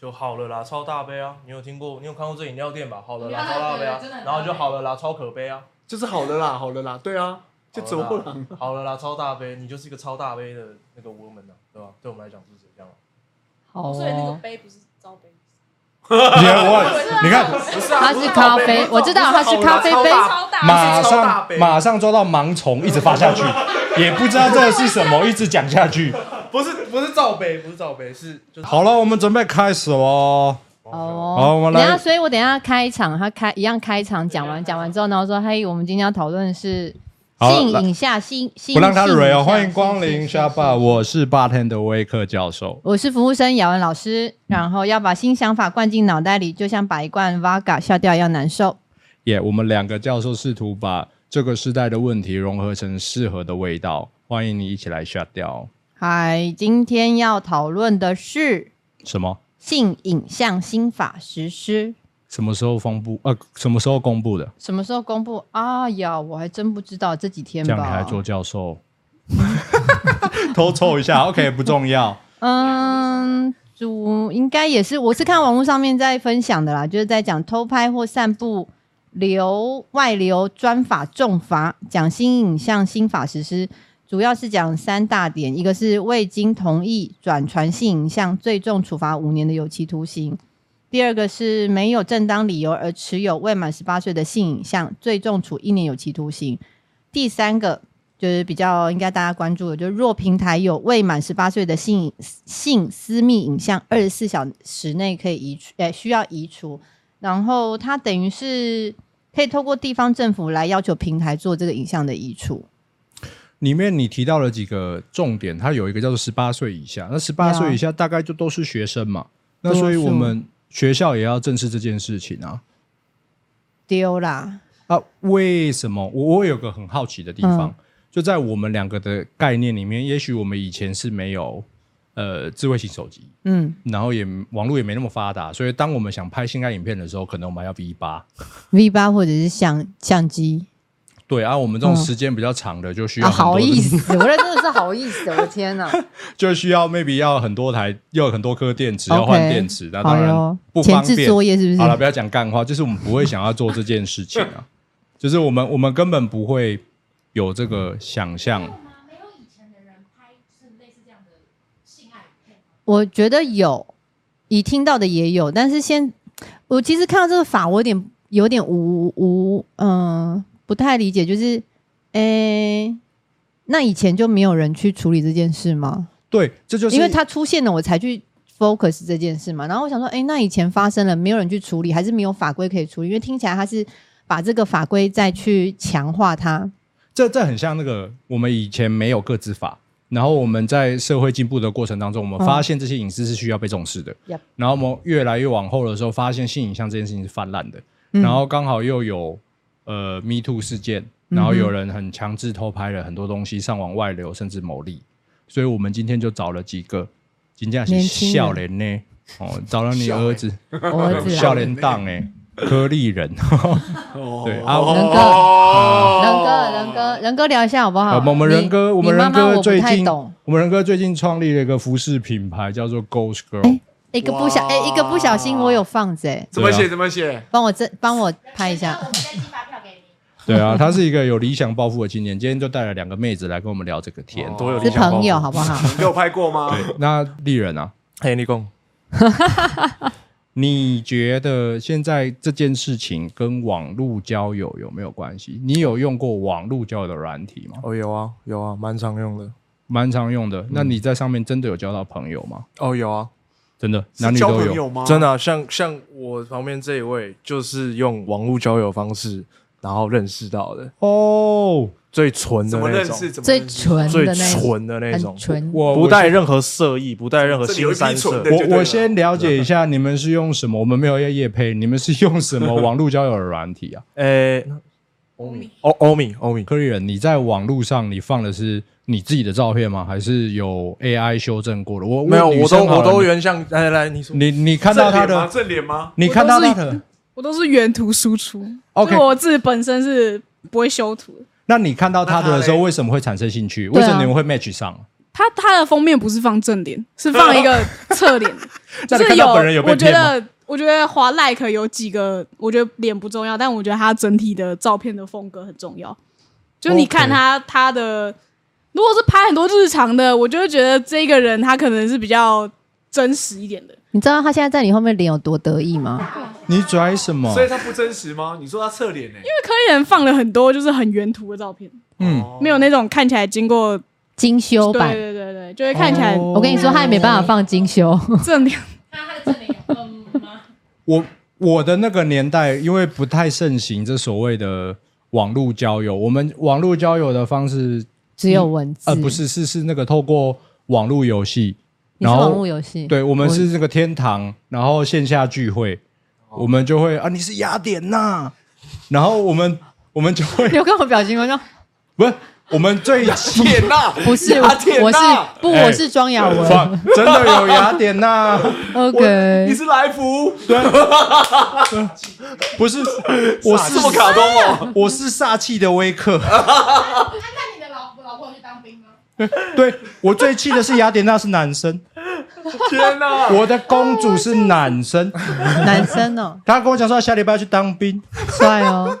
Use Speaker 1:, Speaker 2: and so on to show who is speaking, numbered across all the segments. Speaker 1: 就好了啦，超大杯啊！你有听过？你有看过这饮料店吧？好了啦，
Speaker 2: 对
Speaker 1: 超大杯啊
Speaker 2: 真的，很
Speaker 1: 然后就
Speaker 2: 大杯
Speaker 1: 好了啦，超可悲啊，
Speaker 3: 就是好的啦，好的啦，对啊，就怎么了？
Speaker 1: 好了啦，超大杯，你就是一个超大杯的那个 woman 啊，对吧？对我们来讲是这样啊。
Speaker 4: 好
Speaker 2: 所以那个
Speaker 4: 哦，
Speaker 2: 杯不是招杯，啊
Speaker 5: 你看我，你看，
Speaker 1: 不是
Speaker 4: 它是咖啡，我知道它是咖啡杯，
Speaker 2: 超大杯
Speaker 5: 马
Speaker 1: 超大
Speaker 5: 上
Speaker 1: 杯
Speaker 5: 马上抓到盲从，一直发下去，也不知道这是什么，一直讲下去。
Speaker 1: 不是不是罩杯，不是罩杯，是就是
Speaker 5: 好了，我们准备开始喽。
Speaker 4: 哦，
Speaker 5: 好我们来
Speaker 4: 等一下，所以我等一下开场，他开一样开场，讲完讲完之后，然后说，嘿，我们今天要讨论的是
Speaker 5: 好
Speaker 4: 性
Speaker 5: 来
Speaker 4: 影下性性，
Speaker 5: 不让他
Speaker 4: 性影
Speaker 5: 蕊哦，
Speaker 4: 下
Speaker 5: 欢迎光
Speaker 4: 性
Speaker 5: 临
Speaker 4: 性
Speaker 5: 沙
Speaker 4: 性
Speaker 5: 爸，我是霸天的威克教授。
Speaker 4: 我是服务生雅文老师，然后要把新想法灌进脑袋里，就像把一罐 Vaga 消掉一样难受。
Speaker 5: 也、我们两个教授试图把这个时代的问题融合成适合的味道，欢迎你一起来 shut 掉。
Speaker 4: 嗨，今天要讨论的是
Speaker 5: 什么？
Speaker 4: 性影像新法实施，
Speaker 5: 什么时候公布？呃，什么时候公布的？
Speaker 4: 什么时候公布？啊呀，我还真不知道，这几天
Speaker 5: 这
Speaker 4: 吧。
Speaker 5: 样你还做教授？ 偷凑一下，OK，不重要。
Speaker 4: 嗯，主应该也是，我是看网络上面在分享的啦，就是在讲偷拍或散布流外流专法重罚，讲新影像新法实施，主要是讲三大点，一个是未经同意转传性影像，最重处罚五年的有期徒刑。第二个是没有正当理由而持有未满十八岁的性影像，最重处一年有期徒刑。第三个就是比较应该大家关注的，就是若平台有未满十八岁的性性私密影像，二十四小时内可以移除，呃，需要移除。然后它等于是可以透过地方政府来要求平台做这个影像的移除。
Speaker 5: 里面你提到了几个重点，它有一个叫做十八岁以下，那十八岁以下大概就都是学生嘛，那
Speaker 4: 啊
Speaker 5: 所以我们学校也要正视这件事情啊。
Speaker 4: 丢啦，
Speaker 5: 啊，为什么？我我有个很好奇的地方，
Speaker 4: 嗯
Speaker 5: 就在我们两个的概念里面，也许我们以前是没有呃智慧型手机，
Speaker 4: 嗯
Speaker 5: 然后也网络也没那么发达，所以当我们想拍性爱影片的时候，可能我们还要 V 八。
Speaker 4: ，V 八或者是相相机
Speaker 5: 对啊，我们这种
Speaker 4: 嗯
Speaker 5: 时间比较长的，就需要
Speaker 4: 啊，
Speaker 5: 很多
Speaker 4: 好
Speaker 5: 的
Speaker 4: 意 思，我这真的是好意思，我的天哪！
Speaker 5: 就需要 maybe 要很多台，要很多颗电池，要换
Speaker 4: OK，
Speaker 5: 电 池，那
Speaker 4: 好
Speaker 5: 当然
Speaker 4: 哟
Speaker 5: 不
Speaker 4: 前
Speaker 5: 方
Speaker 4: 置
Speaker 5: 便。
Speaker 4: 作业是不
Speaker 5: 好了，
Speaker 4: 是？
Speaker 5: 不要讲干话，就是我们不会想要做这件事情 啊，就是我们我们根本不会有这个想象。
Speaker 6: 没有以前的人拍是类似这样的性爱片吗？
Speaker 4: 我觉得有，已听到的也有，但是先我其实看到这个法，我有点有点无无嗯、不太理解，就是诶、那以前就没有人去处理这件事吗？
Speaker 5: 对，这就是
Speaker 4: 因为它出现了，我才去 focus 这件事嘛。然后我想说，诶，那以前发生了，没有人去处理，还是没有法规可以处理？因为听起来它是把这个法规再去强化 它。
Speaker 5: 这这很像那个我们以前没有个资法，然后我们在社会进步的过程当中，我们
Speaker 4: 嗯
Speaker 5: 发现这些隐私是需要被重视的。
Speaker 4: Yep
Speaker 5: 然后我们越来越往后的时候，发现性影像这件事情是泛滥的。
Speaker 4: 嗯
Speaker 5: 然后刚好又有呃 Me Too 事件，然后
Speaker 4: 嗯哼
Speaker 5: 有人很强制偷拍了很多东西上网外流，甚至牟利。所以我们今天就找了几个，今天是
Speaker 4: 年轻人
Speaker 5: 笑脸呢，哦，找了你儿子，
Speaker 4: 我儿子啦，
Speaker 5: 笑脸档哎，颗粒人。
Speaker 3: 哦
Speaker 5: 对啊
Speaker 4: 人哥
Speaker 3: 哦
Speaker 4: 仁哥，仁哥，仁哥聊一下好不好？
Speaker 5: 呃我们仁
Speaker 4: 啊你
Speaker 5: 哥，我们
Speaker 4: 你妈
Speaker 5: 仁
Speaker 4: 妈
Speaker 5: 哥
Speaker 4: 我
Speaker 5: 最
Speaker 4: 不太
Speaker 5: 近，
Speaker 4: 懂。
Speaker 5: 我们仁哥最近创立了一个服饰品牌，叫做 Ghost Girl。
Speaker 4: 哎一个不小，
Speaker 3: 哇
Speaker 4: 哎、一个不小心我有放着、哎
Speaker 3: 怎么
Speaker 5: 对
Speaker 3: 写？
Speaker 5: 啊
Speaker 3: 怎么写？
Speaker 4: 帮我这帮我拍一
Speaker 6: 我
Speaker 4: 下。
Speaker 6: 们再寄发票给你。
Speaker 5: 对啊，他是一个有理想抱负的青年。今天就带了两个妹子来跟我们聊这个天。
Speaker 3: 哦
Speaker 1: 多有理
Speaker 4: 是
Speaker 1: 想
Speaker 4: 朋友好不好？
Speaker 3: 你给我拍过吗？
Speaker 5: 对，那丽人啊，
Speaker 1: 嘿，立功，
Speaker 5: 你觉得现在这件事情跟网络交友有没有关系？你有用过网络交友的软体吗？
Speaker 1: 哦，有啊，有啊，蛮常用的。
Speaker 5: 蛮常用的。那你在上面真的有交到朋友吗？
Speaker 1: 哦，有啊，
Speaker 5: 真的，
Speaker 3: 是
Speaker 5: 男女
Speaker 3: 交
Speaker 5: 都
Speaker 3: 朋
Speaker 5: 有。
Speaker 3: 友吗？
Speaker 1: 真的啊、像像我旁边这一位，就是用网络交友方式，然后认识到的
Speaker 5: 哦，
Speaker 1: 最纯的
Speaker 3: 怎么
Speaker 1: 那
Speaker 3: 认
Speaker 1: 种，
Speaker 3: 识？怎么
Speaker 4: 最
Speaker 3: 认识
Speaker 4: 纯
Speaker 1: 最
Speaker 4: 的那一种，
Speaker 1: 纯的那种
Speaker 4: 很，纯。
Speaker 5: 我
Speaker 1: 不
Speaker 5: 我
Speaker 1: 带任何色意，不带任何
Speaker 3: 这里有
Speaker 1: 新
Speaker 3: 一
Speaker 1: 三
Speaker 3: 批纯
Speaker 1: 色
Speaker 3: 的。就对
Speaker 5: 我
Speaker 3: 了
Speaker 5: 我先了解一下，你们是用什么？我们没有要夜配，你们是用什么网络交友的软体啊？
Speaker 1: 诶、
Speaker 2: 欧米
Speaker 1: 欧欧米欧米，
Speaker 5: 柯立人，你在网络上你放的是你自己的照片吗？还是有 AI 修正过的？我我
Speaker 1: 没有，
Speaker 5: 女
Speaker 1: 我
Speaker 5: 生
Speaker 1: 都
Speaker 5: 好
Speaker 1: 我
Speaker 5: 了
Speaker 1: 都原像。来来来，你说，
Speaker 5: 你你看到他的，
Speaker 3: 正脸吗？
Speaker 5: 你看到他的
Speaker 7: 我都是原图输出，
Speaker 5: OK
Speaker 7: 就我自己本身是不会修图的，
Speaker 5: 那你看到他的
Speaker 3: 那他
Speaker 5: 时候，
Speaker 3: 嘞
Speaker 5: 为什么会产生兴趣？
Speaker 4: 对啊
Speaker 5: 为什么你们会 match 上？
Speaker 7: 它它的封面不是放正脸，是放一个 侧脸，
Speaker 5: 这
Speaker 7: 就
Speaker 5: 样你
Speaker 7: 是
Speaker 5: 看到本人有被
Speaker 7: 我觉
Speaker 5: 骗吗？
Speaker 7: 得。我觉得华 like 有几个，我觉得脸不重要，但我觉得他整体的照片的风格很重要。就是你看
Speaker 5: OK
Speaker 7: 他他的，如果是拍很多日常的，我就会觉得这个人他可能是比较真实一点的。
Speaker 4: 你知道他现在在你后面脸有多得意吗？
Speaker 5: 你拽什么？
Speaker 3: 所以他不真实吗？你说他侧脸呢？因为
Speaker 7: 科研人放了很多就是很原图的照片，
Speaker 5: 嗯，
Speaker 3: 哦
Speaker 7: 没有那种看起来经过，
Speaker 4: 精修
Speaker 7: 对
Speaker 4: 版，
Speaker 7: 对对对，就会看起来
Speaker 4: 我跟你说，他也没办法放精修。
Speaker 7: 正脸。
Speaker 6: 看他的正脸，嗯吗？
Speaker 5: 我我的那个年代，因为不太盛行这所谓的网络交友，我们网络交友的方式，
Speaker 4: 只有文字，
Speaker 5: 呃，不，是，是是那个透过网络游戏，
Speaker 4: 你是
Speaker 5: 然后
Speaker 4: 网络游戏，
Speaker 5: 对我们是这个天堂，然后线下聚会，
Speaker 4: 哦
Speaker 5: 我们就会啊，你是雅典娜，然后我们我们就会
Speaker 4: 你有看我表情 吗？就
Speaker 5: 不是我们最起
Speaker 3: 天呐，
Speaker 4: 不是，
Speaker 3: 雅典
Speaker 4: 我是
Speaker 3: 娜
Speaker 4: 不，
Speaker 5: 哎
Speaker 4: 我是庄雅文。
Speaker 5: 哇真的有雅典娜，
Speaker 3: 我你
Speaker 4: OK，
Speaker 3: 是来福，
Speaker 5: 不 是我
Speaker 3: 这么
Speaker 5: 是
Speaker 3: 卡通哦，
Speaker 5: 我是煞气的威 克，
Speaker 6: 那那你的老老婆有去当兵吗？
Speaker 5: 对我最气的是雅典娜是男生，
Speaker 3: 天呐，
Speaker 5: 我的公主是男生，
Speaker 4: 男生哦，
Speaker 5: 他跟我讲说他下礼拜要去当兵，
Speaker 4: 帅哦，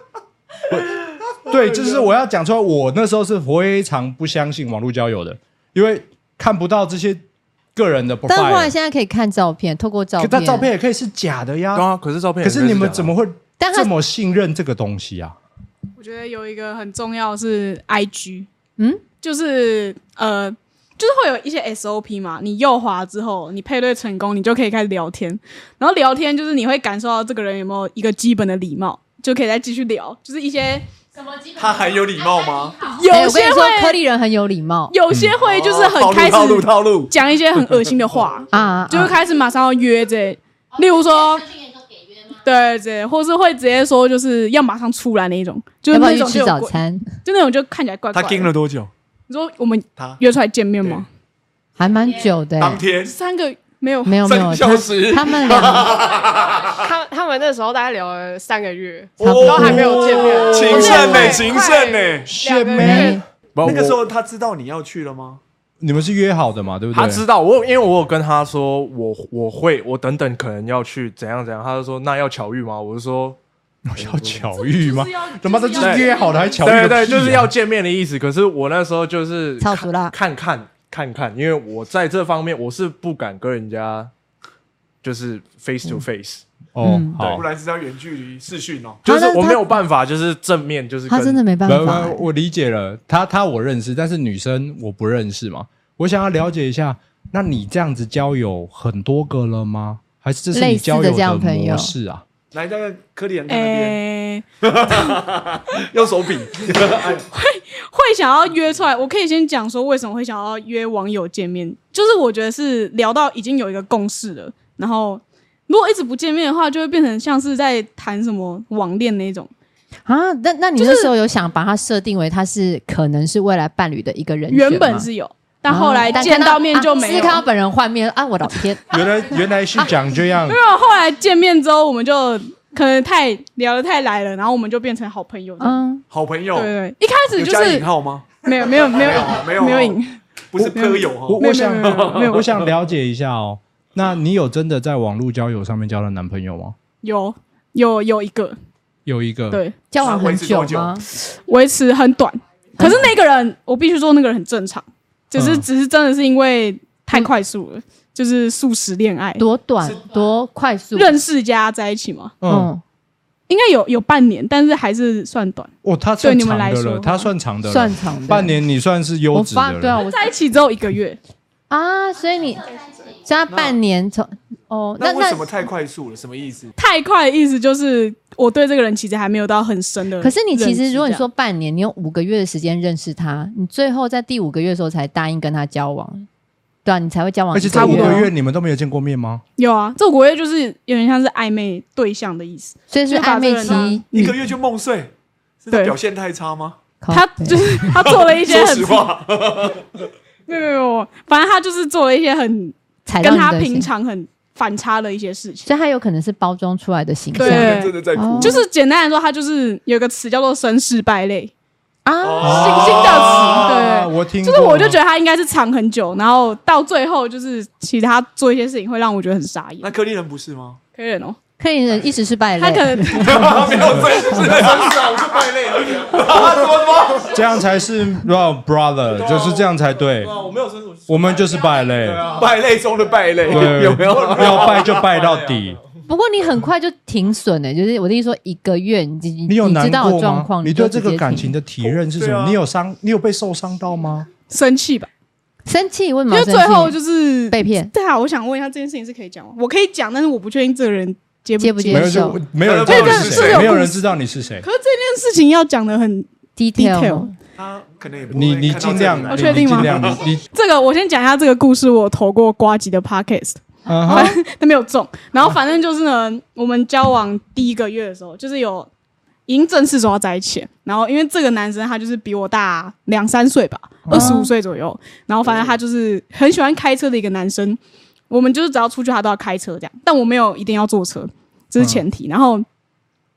Speaker 5: 对，就是我要讲出来，我那时候是非常不相信网络交友的，因为看不到这些个人的 profile。
Speaker 4: 但后来现在可以看照片，透过照
Speaker 5: 可
Speaker 4: 片，
Speaker 5: 他照片也可以是假的
Speaker 1: 刚
Speaker 5: 呀。
Speaker 1: 啊刚可是照片，
Speaker 5: 可是你们怎么？会
Speaker 4: 但他
Speaker 5: 这么信任这个东西啊？
Speaker 7: 我觉得有一个很重要是 IG，
Speaker 4: 嗯，
Speaker 7: 就是呃，就是会有一些 SOP 嘛，你右滑之后，你配对成功，你就可以开始聊天，然后聊天就是你会感受到这个人有没有一个基本的礼貌，就可以再继续聊，就是一些
Speaker 6: 什么基本？
Speaker 3: 他很有礼貌吗？
Speaker 6: 安安你好？
Speaker 7: 有
Speaker 4: 哎哎我跟
Speaker 7: 些
Speaker 4: 你说，颗
Speaker 7: 会
Speaker 4: 粒人很有礼貌
Speaker 7: 有些会就是
Speaker 3: 哦套
Speaker 7: 很
Speaker 3: 路
Speaker 7: 开始
Speaker 3: 套路套路，
Speaker 7: 讲一些很恶心的话，
Speaker 4: 啊 啊，
Speaker 7: 就会开始马上要约这、例如说
Speaker 6: 哦，你之前申请研究给约吗？
Speaker 7: 对对，或是会直接说就是要马上出来那一种，就是
Speaker 4: 要不
Speaker 7: 那
Speaker 4: 要去
Speaker 7: 种就
Speaker 4: 吃
Speaker 7: 有
Speaker 4: 早
Speaker 7: 怪，
Speaker 4: 餐？
Speaker 7: 就那种就看起来怪怪
Speaker 3: 他盯
Speaker 7: 的。
Speaker 3: 了多久？
Speaker 7: 你说我们
Speaker 3: 他
Speaker 7: 约出来见面吗？
Speaker 4: 还蛮久的欸，
Speaker 3: 当天
Speaker 7: 三个没有，
Speaker 4: 没有没有，
Speaker 3: 三小时
Speaker 4: 他他们两个
Speaker 2: 他他们那时候大概聊了三个月，
Speaker 4: 差不
Speaker 1: 哦
Speaker 2: 都还
Speaker 4: 多
Speaker 2: 没有见面。
Speaker 3: 情
Speaker 1: 欸
Speaker 3: 圣呢，
Speaker 2: 对
Speaker 3: 情圣呢。
Speaker 2: 两个
Speaker 4: 没
Speaker 2: 月，
Speaker 1: 那
Speaker 3: 那个时候他知道你要去了吗？
Speaker 5: 你们是约好的嘛？对不对？
Speaker 1: 他知道我有，因为我有跟他说我我会，我等等可能要去怎样怎样，他就说那要巧遇吗？我就说
Speaker 5: 要巧遇吗
Speaker 7: 就是？要
Speaker 5: 他妈的，
Speaker 7: 就是
Speaker 5: 这
Speaker 7: 要
Speaker 5: 是约好的还巧遇个屁
Speaker 1: 对
Speaker 5: 啊？
Speaker 1: 对，就是要见面的意思。可是我那时候就是
Speaker 4: 超熟啦
Speaker 1: 看看看看，因为我在这方面我是不敢跟人家就是 face to face，
Speaker 5: 哦
Speaker 4: 嗯，
Speaker 5: 好
Speaker 3: 不。然是要远距离视讯哦。
Speaker 1: 就是
Speaker 4: 他那
Speaker 1: 我
Speaker 4: 他
Speaker 1: 没有办法，就是正面就是
Speaker 4: 他
Speaker 1: 跟
Speaker 4: 真的没办
Speaker 5: 不
Speaker 4: 法
Speaker 5: 不，，我理解了，他他我认识，但是女生我不认识嘛。我想要了解一下，那你这样子交友很多个了吗？还是这是
Speaker 4: 类
Speaker 5: 你
Speaker 4: 似的
Speaker 5: 交友
Speaker 4: 这样朋友
Speaker 5: 模式啊？
Speaker 3: 来，那个科里人看那边，
Speaker 7: 诶、哎
Speaker 3: 用手比。
Speaker 7: 会想要约出来。我可以先讲说为什么会想要约网友见面，就是我觉得是聊到已经有一个共识了，然后如果一直不见面的话，就会变成像是在谈什么网恋那种
Speaker 4: 啊。那那你那时候有想把他设定为他是可能是未来伴侣的一个人选吗，
Speaker 7: 原本是有，但
Speaker 4: 哦
Speaker 7: 后来
Speaker 4: 但
Speaker 7: 见
Speaker 4: 看
Speaker 7: 到面就
Speaker 4: 啊
Speaker 7: 没
Speaker 4: 是
Speaker 7: 有。
Speaker 4: 看到本人换面啊，我老 天，
Speaker 5: 原来原来是长这样，
Speaker 7: 没有，后来见面之后，我们就可能太聊得太来了，然后我们就变成好朋友。
Speaker 4: 嗯，
Speaker 3: 好朋友
Speaker 7: 对，对，一开始
Speaker 3: 有
Speaker 7: 就
Speaker 3: 加
Speaker 7: 是
Speaker 3: 引号吗？
Speaker 7: 没有没有没有啊
Speaker 3: 没有
Speaker 7: 没有
Speaker 3: 哦
Speaker 7: 影，
Speaker 3: 不是哦科友
Speaker 5: 我
Speaker 3: 哈。
Speaker 7: 没有
Speaker 5: 我想
Speaker 7: 没有没有没有
Speaker 5: 我想了解一下哦。那你有真的在网络交友上面交到男朋友吗？
Speaker 7: 有有有一个
Speaker 5: 有一
Speaker 4: 嗯
Speaker 5: 个，
Speaker 7: 对
Speaker 4: 交往很久
Speaker 3: 维持多
Speaker 4: 吗？
Speaker 7: 维持很短，
Speaker 4: 嗯
Speaker 7: 可是那个人我必须说那个人很正常，只是
Speaker 5: 嗯
Speaker 7: 只是真的是因为太快速
Speaker 4: 嗯
Speaker 7: 了，就是速食恋爱，
Speaker 4: 多短
Speaker 3: 是
Speaker 4: 多快速？
Speaker 7: 认识加在一起嘛，
Speaker 5: 嗯，
Speaker 4: 嗯，
Speaker 7: 应该有有半年，但是还是算短。
Speaker 5: 哦，他算
Speaker 7: 对你们
Speaker 5: 长
Speaker 7: 来
Speaker 5: 的
Speaker 7: 说
Speaker 5: 了，他算长的了，
Speaker 4: 算长的
Speaker 5: 半年，你算是
Speaker 4: 我
Speaker 5: 优质
Speaker 4: 发
Speaker 5: 的
Speaker 4: 对啊，
Speaker 5: 了。
Speaker 4: 我
Speaker 7: 在一起之后一个月，
Speaker 4: 啊，所以你加半年从哦，那
Speaker 3: 那为什么
Speaker 4: 那
Speaker 3: 太快速了？什么意思？
Speaker 7: 太快的意思就是我对这个人其实还没有到很深呃的认
Speaker 4: 可
Speaker 7: 识。
Speaker 4: 是你其实如果你
Speaker 7: 这样
Speaker 4: 说半年，你有五个月的时间认识他，你最后在第五个月的时候才答应跟他交往，对啊，你才会交往
Speaker 5: 而
Speaker 4: 一
Speaker 5: 且
Speaker 4: 个
Speaker 5: 这五
Speaker 4: 月
Speaker 5: 个
Speaker 4: 啊，
Speaker 5: 月你们都没有见过面吗？
Speaker 7: 有啊，这五个月就是有点像是暧昧对象的意思，
Speaker 4: 所以是
Speaker 7: 就把
Speaker 4: 暧昧
Speaker 7: 这个人
Speaker 4: 期，
Speaker 3: 一个月就梦碎，是他
Speaker 7: 对
Speaker 3: 表现太差吗？
Speaker 4: 靠
Speaker 7: 他
Speaker 4: 北
Speaker 7: 就是他做了一些
Speaker 3: 说
Speaker 7: 很
Speaker 3: 实话，
Speaker 7: 没有没有没有，反正他就是做了一些很
Speaker 4: 踩到
Speaker 7: 跟
Speaker 4: 你
Speaker 7: 他
Speaker 4: 的
Speaker 7: 平
Speaker 4: 心，
Speaker 7: 常很反差的一些事情。
Speaker 4: 所以他有可能是包装出来的形象
Speaker 7: 对
Speaker 3: 真的在哭
Speaker 4: 哦。
Speaker 7: 就是简单来说，他就是有一个词叫做“绅士败类
Speaker 3: 哦
Speaker 4: 啊，”，
Speaker 7: 新兴的词，对，
Speaker 5: 啊，我听过
Speaker 7: 就是我就觉得他应该是藏很久，然后到最后就是其他做一些事情会让我觉得很傻眼
Speaker 3: 那。柯立人不是吗？
Speaker 7: 可以忍哦，
Speaker 4: 克林人一直是败类，
Speaker 7: 他可能
Speaker 3: 没有，这是真是啊，我是败类 了。啊，怎么吗？
Speaker 5: 这样才是 real brother，
Speaker 3: 对啊
Speaker 5: 就是这样才对。
Speaker 3: 我没有说我是
Speaker 5: 我们就是败类，
Speaker 3: 败类中的败类，
Speaker 5: 对
Speaker 3: 啊 有没有？
Speaker 5: 要败就败到底。
Speaker 4: 不过你很快就停损了，就是我的意思说，一个月你你
Speaker 5: 你有
Speaker 4: 知
Speaker 5: 难
Speaker 4: 道的
Speaker 5: 过
Speaker 4: 状
Speaker 5: 吗？
Speaker 4: 况，
Speaker 5: 你
Speaker 4: 就
Speaker 5: 对这
Speaker 4: 直
Speaker 5: 个
Speaker 4: 接
Speaker 5: 感
Speaker 4: 停
Speaker 5: 情的体认是什
Speaker 3: 对
Speaker 5: 么？
Speaker 3: 啊
Speaker 5: 你有伤，你有被受伤到吗？
Speaker 7: 生气吧，
Speaker 4: 生气，为什
Speaker 7: 因
Speaker 4: 么要
Speaker 7: 为
Speaker 4: 生气？
Speaker 7: 最后就是
Speaker 4: 被骗，
Speaker 7: 对啊，我想问一下这件事情是可以讲吗？我可以讲，但是我不确定这个人接
Speaker 4: 接
Speaker 7: 不
Speaker 4: 不
Speaker 7: 接
Speaker 4: 接
Speaker 5: 没有，
Speaker 4: 受
Speaker 5: 就没有人知
Speaker 3: 对
Speaker 5: 道你
Speaker 3: 但
Speaker 5: 是
Speaker 3: 是
Speaker 5: 谁，
Speaker 7: 有
Speaker 5: 没有人
Speaker 7: 故事
Speaker 5: 知道你是谁。
Speaker 7: 可是这件事情要讲的很
Speaker 4: detail
Speaker 7: detail，
Speaker 3: 他可能也不会
Speaker 5: 你你
Speaker 3: 看到
Speaker 5: 尽
Speaker 3: 这里
Speaker 5: 量，啊你
Speaker 3: 来
Speaker 7: 我确定
Speaker 5: 你
Speaker 7: 吗
Speaker 5: 尽量，你你
Speaker 7: 这个我先讲一下这个故事，我投过瓜吉的 podcast，
Speaker 5: 啊哈，
Speaker 7: 但没有中。然后反正就是呢，我们交往第一个月的时候，就是有已经正式走到在一起。然后因为这个男生他就是比我大两三岁吧，二十五岁左右。然后反正他就是很喜欢开车的一个男生。我们就是只要出去，他都要开车这样，但我没有一定要坐车，这是前提。然后